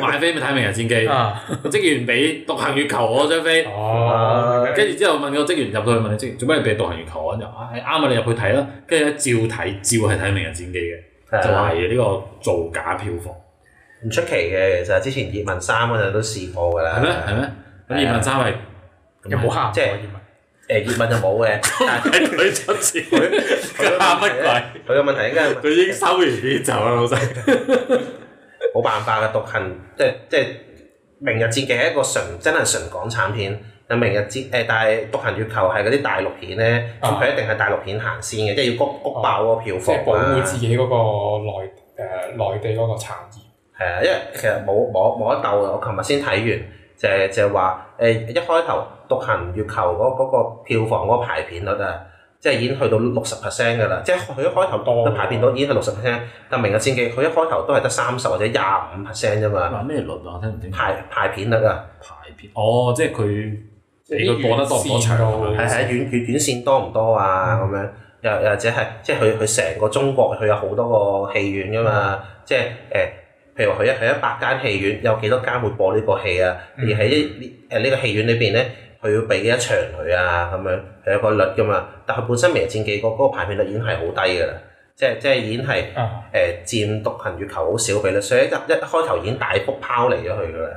S1: 我買飛咪睇《明日戰記》，
S2: 啊，
S1: 個職員俾獨行月球我張飛，
S2: 哦，
S1: 跟住之後問個職員入到去問你職員做咩你俾獨行月球我就啊係啱啊，你入去睇啦，跟住咧照睇，照係睇《明日戰記》嘅，就話係呢個造假票房，
S3: 啊唔出奇嘅，其實之前葉問三嗰陣都試過㗎啦。
S1: 係咩？係咩？咁葉問三係
S2: 有冇喊過？
S3: 即係
S2: 葉問
S3: 誒葉問就冇嘅，但係
S1: 係佢出錢， [LAUGHS] 佢喊乜
S3: [LAUGHS] 佢個問題應該係
S1: 鬼？佢已經收完片走啦，老細。
S3: 冇辦法嘅獨行，即係即係《明日戰記》係一個純真係純港產片。但明日戰誒，但係《獨行月球》係嗰啲大陸片咧，咁
S2: 啊
S3: 佢一定係大陸片行先嘅，即係要谷谷爆嗰個票
S2: 即
S3: 房
S2: 係保護
S3: 啊。
S2: 自己嗰個內誒內地嗰個產業。
S3: 係啊，因為其實冇冇冇得鬥嘅。我琴日先睇完，就係就係話誒一開頭《獨行月球》嗰嗰個票房嗰個排片率啊，即係已經去到六十 percent 㗎啦。即係佢一開頭
S2: 多
S3: 嘅排片率已經係六十 percent，但明日戰記佢一開頭都係得三十或者廿五 percent 啫
S2: 嗯
S3: 嘛。
S1: 話咩輪啊？我聽唔清。
S3: 排排片率啊，
S1: 排片哦，即係佢你佢播得多唔多場啊
S2: 啲
S3: 係
S2: 院線到
S3: 係遠遠短線多唔多啊咁樣，又又或者係即係佢佢成個中國佢有好多個戲院㗎嘛，即係誒。譬如話佢一佢一百間戲院，有幾多間會播呢個戲啊？而
S2: 嗯
S3: 喺呢誒呢個戲院裏邊咧，佢要俾幾多場佢啊？咁樣佢有個率㗎嘛。但佢本身《明日戰記》個嗰個排片率已經係好低㗎啦，即係即係已經係
S2: 啊，
S3: 誒佔呃獨行月球好少比率，所以一一開頭已經大幅拋離咗佢噶啦。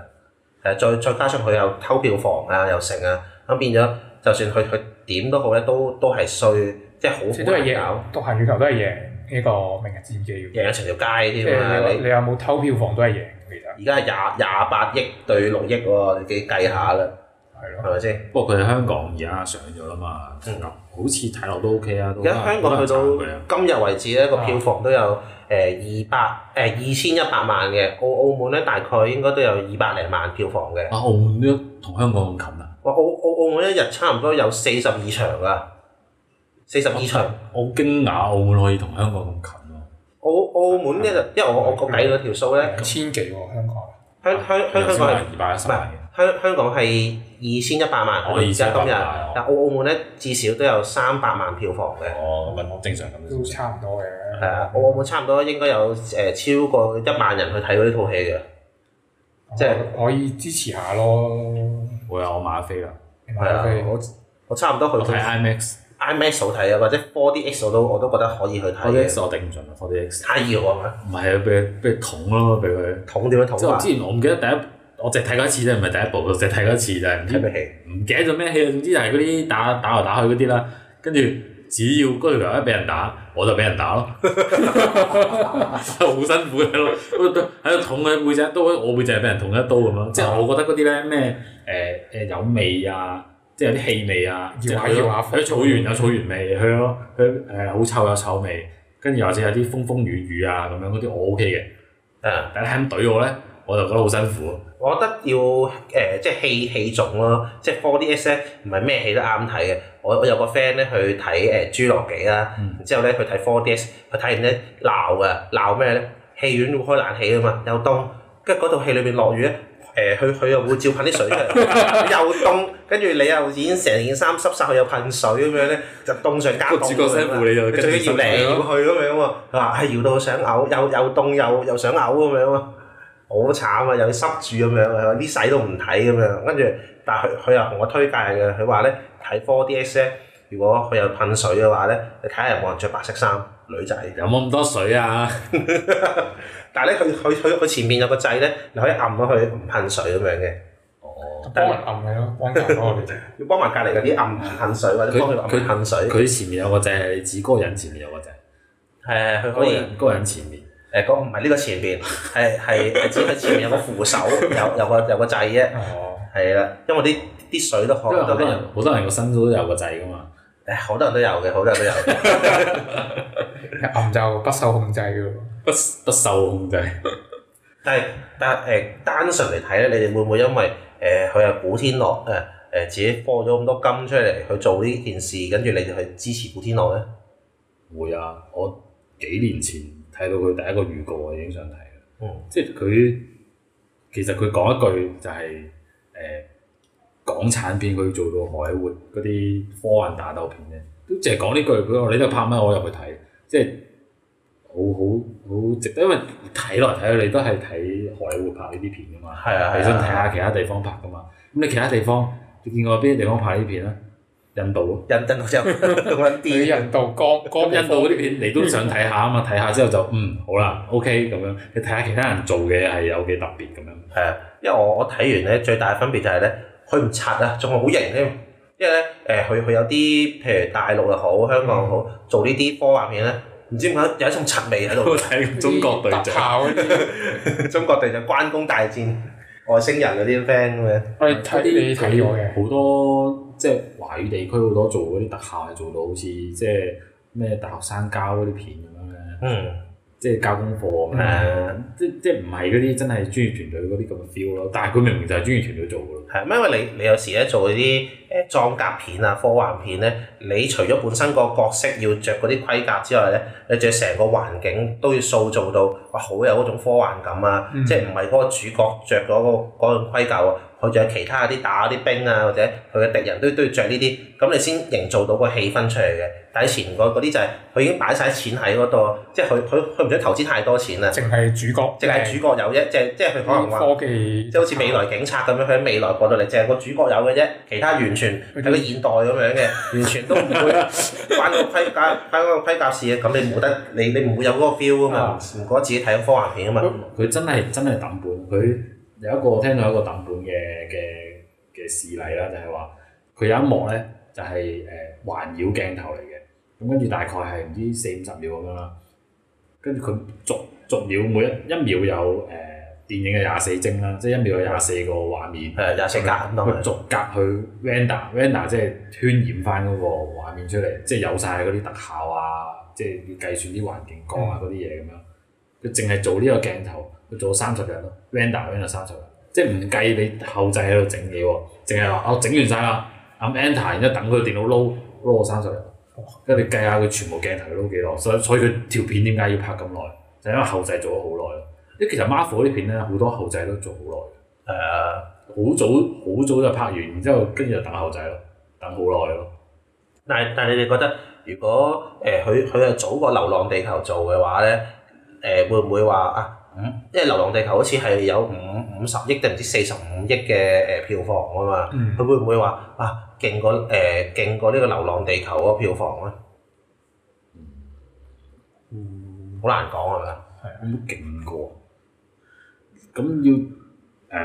S3: 誒，再再加上佢又偷票房啊，又成啊，咁變咗就算佢佢點都好咧，都都係衰，即係好
S2: 即係都係
S3: 好難
S2: 贏，獨行月球都係贏呢個明日戰記
S3: 搞
S2: 嘅。
S3: 贏咗成條街
S2: 即
S3: 添啊！
S2: 係你
S3: 你
S2: 你有冇偷票房都係贏嘅，其實
S3: 而家係廿廿八億對六億喎，你自己計下啦，
S2: 係咯。
S3: 係咪先？
S1: 不過佢喺香港而家上咗啦嘛，好
S3: 嗯
S1: 似睇落都 OK 啊，都
S3: 而家香港去
S1: 都係慘嘅
S3: 到今日為止咧，個
S2: 啊
S3: 票房都有誒二百誒呃二千一百萬嘅，澳澳門咧大概應該都有二百零萬票房嘅。
S1: 啊，澳門都同香港咁近啊
S3: 哇！澳澳澳門一日差唔多有四十二場啊，四十二場。
S1: 我好驚訝澳門可以同香港咁近啊咯，
S3: 澳澳門一日，因為我我我計咗條數咧，
S2: 千幾喎香港，
S3: 香香香
S1: 頭
S3: 香
S1: 先話
S3: 港係
S1: 二百一十萬嘅，
S3: 香香港係二千一百萬，
S1: 我哦二千
S3: 而家
S1: 一百
S3: 今日，
S1: 萬
S3: 但澳澳門咧至少都有三百萬票房嘅，
S1: 哦，咁咪正常咁
S2: 都
S1: 樣先。
S2: 差唔多嘅。
S3: 係啊，澳澳門差唔多應該有誒超過一萬人去睇過呢套戲嘅，即係
S2: 可以支持下咯。
S1: 會啊，我買飛啦，
S2: 你
S3: 係
S2: 買飛
S3: 啊，我我差唔多
S1: 我
S3: 去
S1: 睇
S3: 到
S1: IMAX，
S3: IMAX 好睇啊，或者 4DX 我都我都覺得可以去
S1: 我啲
S3: 睇嘅，
S1: X 我頂唔順啊，我啲 X
S3: 太熱啊嘛，
S1: 唔係啊，俾佢俾佢捅咯，俾佢。
S3: 桶點樣啊
S1: 即
S3: 桶
S1: 係我
S3: 法
S1: 之前我唔記得第一，我淨係睇過一次啫，唔係第一部，我淨係睇過一次就係唔知
S3: 睇咩戲？
S1: 唔記得咗咩戲啦，總之就係嗰啲打打來打去嗰啲啦。跟住只要嗰條友一俾人打，我就俾人 [LAUGHS] 打咯，好辛苦嘅咯。喺度喺度捅佢背脊一刀，我背脊係俾人捅一刀咁樣。即係我覺得嗰啲咧咩誒誒有味啊，即係有啲氣味啊，即
S2: 搖下
S1: 係去
S2: 搖下
S1: 去草原有草原味，去咯去誒好臭有臭味，跟住或者有啲風風雨雨啊咁樣嗰啲我 OK 嘅。
S3: 啊。
S1: 但係咁懟我咧，我就覺得好辛苦。
S3: 我覺得要誒、呃即係戲戲種咯，即係 4DX 咧，唔係咩戲都啱睇嘅。我我有個 friend 咧去睇誒《呃侏羅紀》啦，
S1: 嗯
S3: 然之後咧佢睇 4DX，佢睇完咧鬧嘅，鬧咩咧？戲院會開冷氣啊嘛，又凍，跟住嗰套戲裏邊落雨咧，誒、佢佢又會照噴啲水出嚟，
S1: [LAUGHS]
S3: 又凍，跟住你又已經成件衫濕晒，佢又噴水咁樣咧，就凍上加
S1: 個
S3: 凍
S1: 主角
S3: 咁樣
S1: 辛
S3: 啦
S1: 苦你就
S3: 你
S1: 跟
S3: 仲
S1: 住
S3: 要
S1: 辛
S3: 搖
S1: 苦
S3: 嚟搖去咁樣喎，佢話係搖到想嘔，又又凍又又想嘔咁樣喎，好慘啊！又要濕住咁樣，佢話啲洗都唔睇咁樣，跟住但係佢佢又同我推介嘅，佢話咧睇 4DX 咧，如果佢有噴水嘅話咧，你睇下有冇人着白色衫，女仔。
S1: 有冇咁多水啊？
S3: 但係咧，佢佢佢佢前面有個掣咧，你可以按咗佢唔噴水咁樣嘅，
S1: 哦，
S2: 幫人撳你咯，幫人撳我哋。
S3: 要幫埋隔離嗰啲按唔噴水或者幫佢按唔噴水。
S1: 佢前面有個掣係你指嗰個人前面有個掣，
S3: 係佢
S1: 嗰
S3: 可
S1: 個
S3: 以。
S1: 人嗰個人前面。
S3: 誒，嗰唔係呢個前邊，係係係指佢前面有個扶手，有有個有個掣 [LAUGHS] 啫。
S2: 哦，
S3: 係啦，因為啲啲水都
S1: 因
S3: 可
S1: 為
S3: 能
S1: 好
S3: 都
S1: 多
S3: 有，
S1: 人好多人個身都有個掣噶嘛。
S3: 誒好多人都有嘅，好多人 [LAUGHS] 都有嘅。
S2: 撳就不受控制嘅喎。
S1: 不不受控制，
S3: 但係但係誒、單純嚟睇咧，你哋會唔會因為誒佢係古天樂誒誒自己播咗咁多金出嚟去做呢件事，跟住你哋去支持古天樂咧？
S1: 會啊！我幾年前睇到佢第一個預告，我已經想睇啦。
S3: 嗯，
S1: 即係佢其實佢講一句就係、誒、港產片佢要做到荷里活嗰啲科幻打鬥片咧，都淨係講呢句，佢話你都係拍乜，我入去睇，即係好好好值得，因為睇來睇去你都係睇荷里活拍呢啲片噶嘛，
S3: 係啊
S1: 你
S3: 係
S1: 想睇
S3: 啊，
S1: 下其他地方拍噶嘛，咁你其他地方你見過邊啲地方拍呢啲片咧？印度啊咯。
S3: 印登之後好撚
S2: 你
S3: [LAUGHS] 癲，
S2: 人道光
S1: 咁
S2: 光
S1: 印度嗰啲片你都想睇下 [LAUGHS] 啊嘛，睇下之後就嗯好啦，OK 咁樣，你睇下其他人做嘅係有幾特別咁樣。
S3: 係啊，因為我我睇完咧最大嘅分別就係咧，佢唔刷啊，仲係好型添。因為咧誒，佢佢有啲譬如大陸又好，香港又好，做呢啲科幻片咧，唔知點解有一種柒味喺度
S1: [LAUGHS] 我。睇中國隊
S2: 特
S1: 長，
S2: 效嗰啲，
S3: 中國隊就關公大戰外星人嗰啲 friend 咁樣，
S2: 我哋睇你睇過嘅，
S1: 好多即係華語地區好多做嗰啲特效係做到好似即係咩大學生交嗰啲片咁樣咧，
S3: 嗯，
S1: 即係交功課咁樣，
S3: 嗯
S1: 即即係唔係嗰啲真係專業團隊嗰啲咁嘅 feel 咯。但係佢明明就係專業團隊做嘅咯。
S3: 係，因為你你有時咧做啲誒裝甲片啊、科幻片咧，你除咗本身個角色要着嗰啲盔甲之外咧，你仲要成個環境都要塑造到哇好有嗰種科幻感啊，
S2: 嗯
S3: 即係唔係嗰個主角着嗰、個嗰種盔甲喎，佢仲有其他啲打啲兵啊，或者佢嘅敵人都都要着呢啲，咁你先營造到個氣氛出嚟嘅。但係以前個嗰啲就係佢已經擺晒錢喺嗰度，啊即係佢佢佢唔想投資太多錢啊。
S2: 淨係主角，
S3: 即係主角有啫，即係即係佢可能話，
S2: 科技，
S3: 即係好似未來警察咁樣，佢喺未來過到嚟，淨係個主角有嘅啫，其他完全喺個現代咁樣嘅，完全都唔會關個盔甲關個盔甲事嘅，咁你冇得你你唔會有嗰個 feel 啊嘛，唔覺得自己睇緊科幻片啊嘛，
S1: 佢真係真係抌本，佢有一個我聽到一個抌本嘅嘅嘅事例啦，就係話佢有一幕咧就係、誒、環繞鏡頭嚟嘅，咁跟住大概係唔知四五十秒咁樣啦，跟住佢逐逐秒每一一秒有誒、電影嘅廿四幀啦，即係一秒有廿四個畫面。
S3: 誒廿四格咁當
S1: 佢
S3: 佢
S1: 逐格去 render，render 即係渲染翻嗰個畫面出嚟，即係有晒嗰啲特效啊，即係要計算啲環境光啊嗰啲嘢咁樣。佢淨係做呢個鏡頭，佢做三十日咯，render render 三十日，即係唔計你後製喺度整嘢喎，淨係話我哦整完晒啦，按 enter，然之後等佢電腦撈撈我三十日，跟住你計下佢全部鏡頭撈幾耐，所以所以佢條片點解要拍咁耐，就因為後製做咗好耐咯。啲其實 Marvel 啲片咧，好多後製都做好耐。
S3: 誒
S1: 好早好早就拍完，然之後跟住就等後仔咯，等好耐咯。
S3: 但係但係你哋覺得，如果誒佢佢係早過《流浪地球》做嘅話咧，誒、會唔會話啊？嗯，因為《流浪地球》好似係有五五十億定唔知四十五億嘅誒票房啊嘛，
S2: 嗯
S3: 佢、會唔會話啊勁過誒、勁過呢個《流浪地球》嗰個票房咧？好難講係咪啊？
S1: 咁都勁過，咁要誒、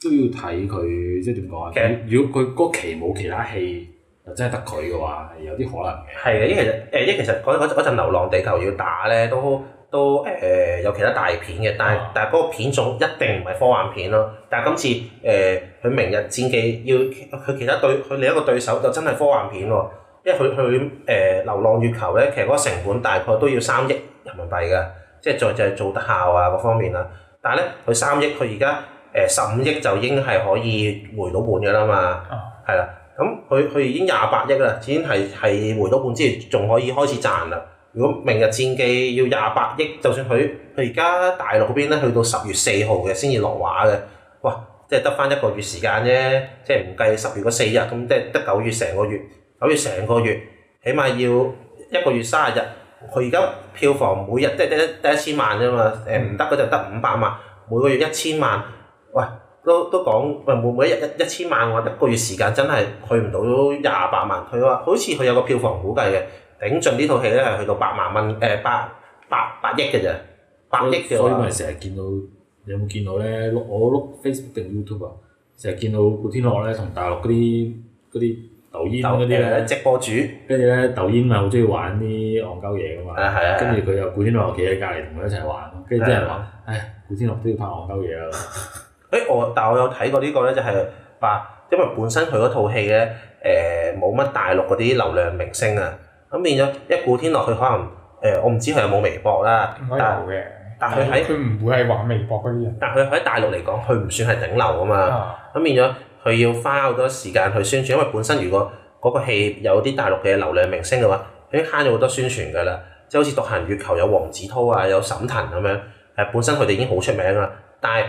S1: 都要睇佢即係點講啊
S3: 其實？
S1: 如如果佢嗰期冇其他戲，就真係得佢嘅話，係有啲可能嘅。
S3: 係嘅，因為其實誒，因為其實嗰嗰嗰陣《流浪地球》要打咧，都都誒、有其他大片嘅，但係、
S1: 啊
S3: 但係嗰個片種一定唔係科幻片咯。但係今次誒，佢、明日戰記要佢其他對佢另一個對手就真係科幻片喎，因為佢佢誒《流浪月球》咧，其實嗰個成本大概都要三億人民幣㗎，即係再就係做得效啊嗰方面啦。但係咧，佢三億，佢而家誒十五億就已經係可以回到本㗎啦嘛
S2: 啊，
S3: 係啦、咁佢佢已經廿八億啦，已經係係回到本之餘，仲可以開始賺啦。如果明日戰記要廿八億，就算佢佢而家大陸嗰邊咧，去到十月四號嘅先至落畫嘅，哇！即係得翻一個月時間啫，即係唔計十月嗰四日，咁即係得九月成個月，九月成個月，起碼要一個月三十日。佢而家票房每日都係得得一千萬啫嘛，誒
S1: 嗯
S3: 唔得嗰就得五百萬，每個月一千萬，喂都都講喂每每一日一一千萬，我一個月時間真係去唔到廿八萬。佢話好似佢有個票房估計嘅，頂盡呢套戲咧係去到八萬蚊，誒八八八億嘅啫，八億嘅
S1: 所以咪
S3: 話，
S1: 成日見到，你有冇見到咧？碌我碌 Facebook 定 YouTube 啊，成日見到古天樂咧同大陸嗰啲嗰啲抖音嗰啲咧
S3: 誒。直播主
S1: 跟住咧，抖音咪好中意玩啲戇鳩嘢噶
S3: 係啊
S1: 嘛。
S3: 係啊係
S1: 跟
S3: 啊，
S1: 住佢又古天樂企喺隔離同佢一齊玩，跟住啲人話：，唉，古天樂都要拍戇鳩嘢啦。
S3: 誒我但我有睇過呢個咧，就係話，因為本身佢嗰套戲咧，誒冇乜大陸嗰啲流量明星啊，咁變咗一古天樂佢可能誒、我唔知佢有冇微博啦，
S2: 應該
S3: 但
S2: 有嘅，
S3: 但佢喺
S2: 佢唔會係玩微博嗰啲人
S3: 但佢喺大陸嚟講，佢唔算係頂流啊嘛，
S2: 啊，
S3: 咁變咗佢要花好多時間去宣傳，因為本身如果嗰個戲有啲大陸嘅流量明星嘅話，佢已經慳咗好多宣傳㗎啦，即係好似《獨行月球》有黃子韜啊，有沈騰咁樣，誒本身佢哋已經好出名啦，但係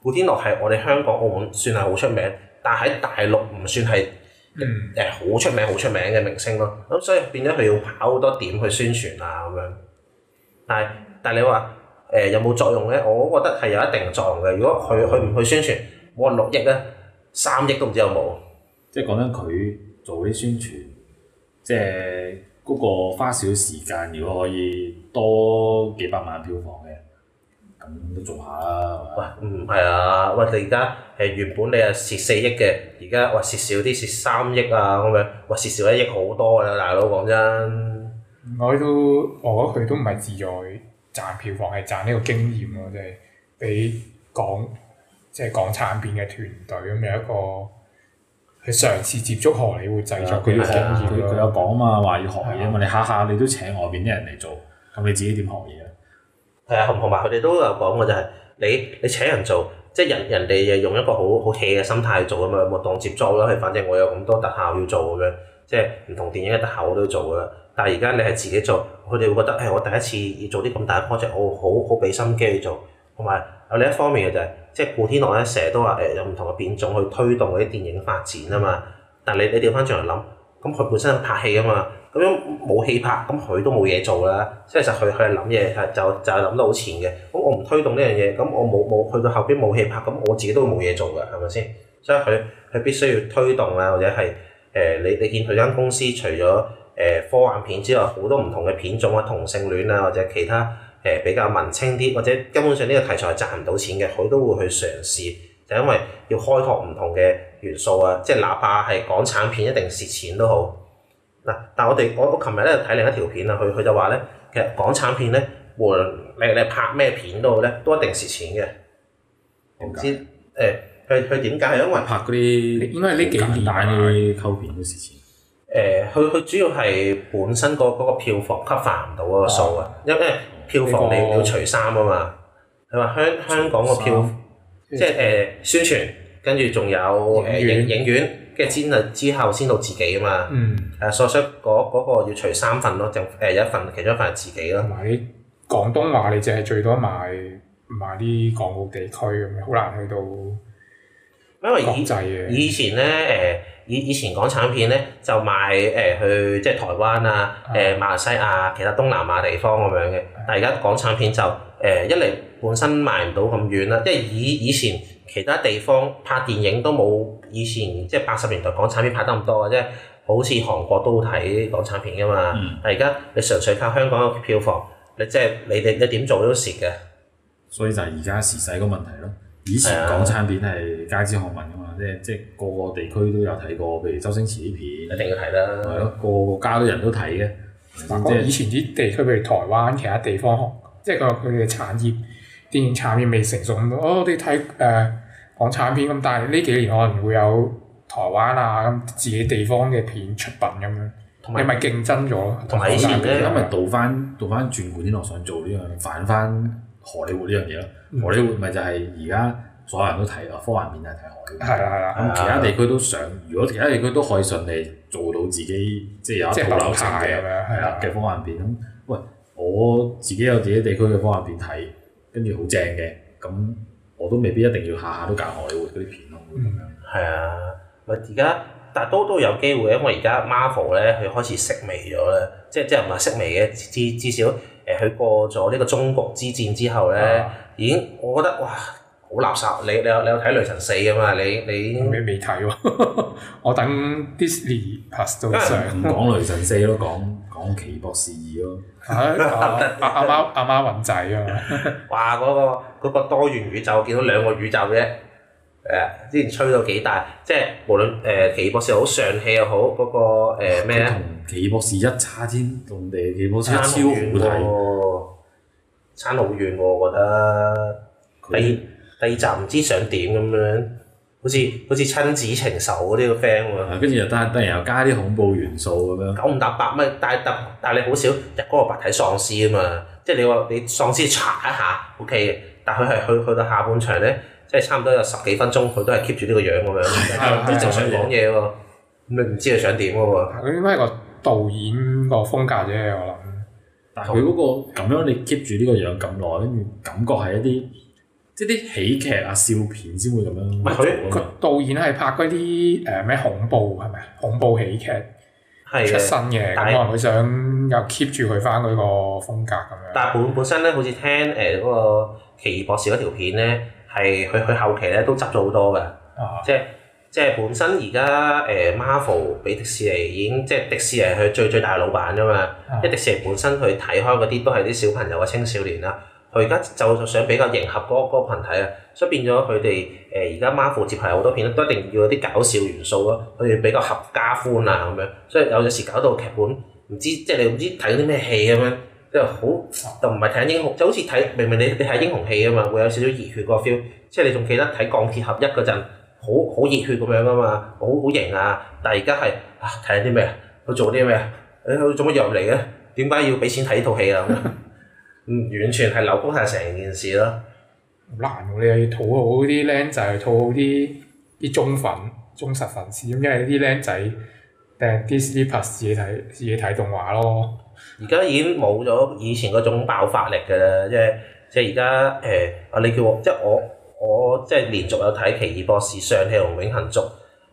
S3: 古天樂係我哋香港、澳門算係好出名，但係喺大陸唔算係
S2: 嗯，
S3: 誒好出名、好出名嘅明星咯。咁所以變咗佢要跑好多點去宣傳啊咁樣。但係但係你話誒、有冇作用咧？我覺得係有一定作用嘅。如果佢佢唔去宣傳，冇人六億咧，三億都唔知有冇。
S1: 即係講緊佢做啲宣傳，即係嗰個花少時間，如果可以多幾百萬票房嘅，咁都做下啦。係咪
S3: 喂，唔係啊！喂，你而家誒原本你係蝕四億嘅，而家喂蝕少啲，蝕三億啊咁樣，喂蝕少一億好多㗎啦，大佬講真。
S2: 我都我覺得佢都唔係志在賺票房，係賺呢個經驗咯，即係俾港即係港產片嘅團隊咁有一個去嘗試接觸荷里活製
S3: 啊
S2: 作
S1: 佢
S2: 嘅
S1: 要
S2: 經
S1: 學，佢
S2: 驗
S1: 佢
S2: 咯。
S1: 有講嘛，話要學嘢啊啊嘛，你下下你都請外邊啲人嚟做，咁你自己點學嘢啊？
S3: 係啊，同同埋佢哋都有講嘅就係、你你請人做，即係人人哋又用一個好好 hea 嘅心態去做咁樣，咪當接 job 啦。反正我有咁多特效要做咁樣，即係唔同電影嘅特效我都要做噶啦。但係而家你係自己做，佢哋會覺得誒、哎我第一次要做啲咁大嘅 project，我好好俾心機去做。同埋有另一方面嘅就係、即係古天樂咧成日都話誒、有唔同嘅變種去推動嗰啲電影發展啊嘛。但係你你調翻轉嚟諗，咁佢本身拍戲啊嘛。咁樣冇戲拍，咁佢都冇嘢做啦。即係其實佢佢係諗嘢係就就係諗得好前嘅。咁我唔推動呢樣嘢，咁我冇冇去到後邊冇戲拍，咁我自己都冇嘢做㗎，係咪先？所以佢佢必須要推動啊，或者係誒、呃你你見佢間公司除咗誒、呃科幻片之外，好多唔同嘅片種啊，同性戀啊，或者其他誒、呃比較文青啲，或者根本上呢個題材係賺唔到錢嘅，佢都會去嘗試。就因為要開拓唔同嘅元素啊，即係哪怕係港產片一定蝕錢都好。嗱，但係我哋我我琴日咧睇另一條片啊，佢佢就話咧，其實港產片咧，無論你你拍咩片都好咧，都一定蝕錢嘅。我唔知誒，佢佢點解係因為
S1: 拍嗰啲
S2: 應該係呢幾年
S1: 簡單嗰啲溝片嘅事情。
S3: 誒，呃佢佢主要係本身個嗰個票房 cover 唔到嗰個數啊，因為票房你
S2: 哦呢個
S3: 你要除衫啊嘛。佢話香香港個票
S2: 嗯
S3: 即係誒、呃宣傳，跟住仲有誒
S2: 影院
S3: 影影院，跟住先係之後先到自己啊嘛。
S2: 嗯，
S3: 誒，所以所以嗰嗰個要除三份咯，就誒有一份其中一份係自己咯
S2: 同。埋你廣東話你淨係最多賣賣啲港澳地區咁樣，好難去到國
S3: 因為以
S2: 際嘅。
S3: 以前咧誒，以以前港產片咧就賣誒、去即係台灣啊、誒、馬來西亞其他東南亞地方咁樣嘅，但係而家港產片就誒、呃一嚟本身賣唔到咁遠啦，即係以以前其他地方拍電影都冇以前即係八十年代港產片拍得咁多嘅啫。好似韓國都睇港產片噶嘛，
S1: 嗯
S3: 但係而家你純粹靠香港嘅票房，你即係你哋你點做都蝕嘅。
S1: 所以就係而家時勢個問題咯。以
S3: 係
S1: 前
S3: 啊
S1: 港產片係街知巷聞噶嘛，即係即係個個地區都有睇過，譬如周星馳啲
S3: 一
S1: 片，
S3: 定要睇
S1: 係
S3: 啦。
S1: 咯，個個家都人都睇嘅，
S2: 嗱，
S1: 係咪
S2: 講
S1: 先即係
S2: 哦以前啊啲地區，譬如台灣其他地方，即係佢話佢哋嘅產業電影產業未成熟咁，哦，我哋睇誒港產片咁，但係呢幾年可能會有台灣啊咁自己地方嘅片出品咁樣，
S3: 同
S2: 你
S3: 埋
S2: 咪競爭咗。
S3: 同埋以前咧
S1: 因為倒翻倒翻轉古天樂想做呢樣，反翻荷里活呢樣嘢咯。
S2: 嗯
S1: 荷里活咪就係而家所有人都睇啊，科幻片就係睇荷里活。
S2: 係啦係啦，
S1: 咁其他地區都想，如果其他地區都可以順利做到自己即係有
S2: 即係啊
S1: 一套
S2: 品
S1: 流程
S2: 牌咁
S1: 嘅
S2: 樣，
S1: 係
S2: 係
S1: 啦
S2: 啦
S1: 嘅科幻片咁，喂，我自己有自己地區嘅科幻片睇，跟住好正嘅，咁我都未必一定要下下都搞荷里活嗰啲片咯，咁樣。
S3: 係啊，咪而家但係都都有機會，因為而家 Marvel 咧佢開始式微咗啦，即係即係唔係式微嘅，至至少誒佢過咗呢個中國之戰之後咧，
S2: 啊
S3: 已經我覺得哇好垃圾！你你有你有睇雷神四啊嘛？你你已經
S2: 未未睇喎， [LAUGHS] 我等 Disney Plus 都上。
S1: 唔講雷神四咯，講講奇異博士二咯，
S2: 係啊阿阿媽阿媽雲仔啊嘛，
S3: 哇嗰、個嗰個多元宇宙見到兩個宇宙啫。誒、之前吹到幾大，即係無論誒、奇異博士又好上戲又好，嗰、個誒咩
S1: 佢
S3: 咧？
S1: 同奇異博士一差天動地，奇異博士一
S3: 啊差
S1: 超好
S3: 好遠
S1: 睇。
S3: 喎，差好遠喎，我覺得。第二
S1: 佢
S3: 第二集唔知想點咁樣，好似好似親子情仇嗰啲個 friend 喎，
S1: 啊跟住又得突然又加啲恐怖元素咁樣，
S3: 九唔搭八乜，但係但但係你好少日光日白睇喪屍啊嘛，即係你話你喪屍查一下 OK 嘅，但佢係去去到下半場咧，即係差唔多有十幾分鐘，佢都係 keep 住呢個樣咁樣，唔知正常講嘢喎，咁你唔知佢想點嘅喎，
S2: 佢應該係個導演個風格啫，我諗。
S1: 但係佢嗰個咁樣你 keep 住呢個樣咁耐，跟住感覺係一啲即係啲喜劇啊、笑片先會咁樣
S3: 係佢
S1: 做啊嘛
S2: 個導演係拍嗰啲誒咩恐怖係咪啊恐怖喜劇
S3: 係啊
S2: 出
S3: 嘅。
S2: 身嘅，咁
S3: 但
S2: 可
S3: 係
S2: 能佢想又 keep 住佢翻嗰個風格咁樣。
S3: 但係本本身咧，好似聽呃誒嗰個奇異博士嗰條片咧，係佢佢後期咧都執咗好多嘅，
S2: 啊
S3: 即係即係本身而家誒 Marvel 俾迪士尼已經即係迪士尼係佢最最大老闆㗎嘛。
S2: 啊
S3: 因為迪士尼本身佢睇開嗰啲都係啲小朋友啊、青少年啦，佢而家就想比較迎合嗰、嗰個羣體啊，所以變咗佢哋誒而家 Marvel 接拍好多片都一定要有啲搞笑元素咯，佢哋比較合家歡啊咁樣，所以有陣時搞到劇本唔知即係你唔知睇啲咩戲咁樣，即係好就唔係睇英雄，就好似睇明明你你睇英雄戲啊嘛，會有少少熱血個 feel，即係你仲記得睇鋼鐵俠一嗰陣好好熱血咁樣啊嘛，好好型啊，但係而家係啊睇緊啲咩啊？佢做啲咩啊？誒佢做乜入嚟嘅？點解要俾錢睇呢套戲啊？咁樣嗯，完全係扭曲晒成件事咯。
S2: 好難喎！你又要討好啲僆仔，討好啲啲忠粉、忠實粉絲，因為啲僆仔訂 Disney Plus 自己睇自己睇動畫咯。
S3: 而家已經冇咗以前嗰種爆發力㗎啦，即係即係而家誒啊！你叫我即係我我即係連續有睇《奇異博士》、《上氣》同《永恆族》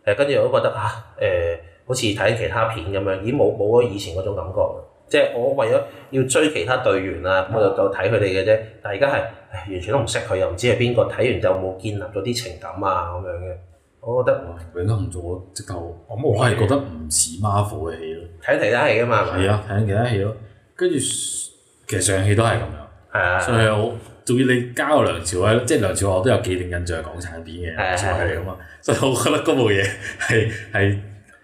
S3: 誒，跟住我都覺得啊誒、好似睇其他片咁樣，已經冇冇咗以前嗰種感覺啦。即係我為咗要追其他隊員啊，我就就睇佢哋嘅啫。但係而家係唉完全都唔識佢，又唔知係邊個，睇完就冇建立咗啲情感啊咁樣嘅。我覺得
S1: 哇永恆做我直頭，
S2: 我
S1: 我
S2: 冇
S1: 係覺得唔似 Marvel 嘅戲咯。
S3: 睇其他戲㗎嘛，係咪
S1: 係啊，睇緊其他戲咯。跟住其實上戲都係咁樣，
S3: 係啊，
S1: 上戲我仲要你加個梁朝偉，即係梁朝偉我都有既定印象係港產片嘅
S3: 係啊
S1: 梁朝偉嚟噶嘛，啊所以我覺得嗰部嘢係係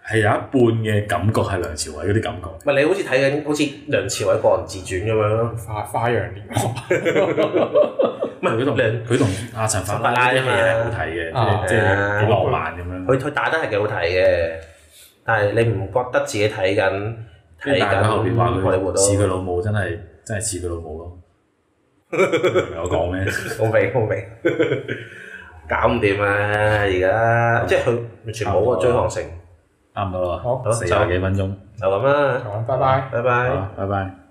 S1: 係有一半嘅感覺係梁朝偉嗰啲感覺。
S3: 唔係你好似睇緊好似梁朝偉個人自傳咁樣咯，
S2: 花花樣年華， [LAUGHS]
S1: 佢同
S3: 唔係啊梁
S1: 佢同阿陳法拉啲戲係好睇
S2: 啊
S1: 嘅，即係即係幾浪漫咁樣。
S3: 佢佢打得係幾好睇嘅，但係你唔覺得自己睇緊
S1: 跟
S3: 睇
S1: 住大家
S3: 緊
S1: 後邊話
S3: 荷里活
S1: 佢
S3: 咯？
S1: 似佢老母，真係真係似佢老母
S3: [LAUGHS]
S1: 咯。明唔明我講咩？
S3: 我明我明， [LAUGHS] 搞唔掂啊！而家即係佢完全冇個
S1: 啊
S3: 追航性，
S1: 啱唔到啦，
S2: 好
S1: 四十幾分鐘，
S3: 就咁啦，
S2: 好，拜拜。
S3: 拜拜。
S1: 好，拜拜。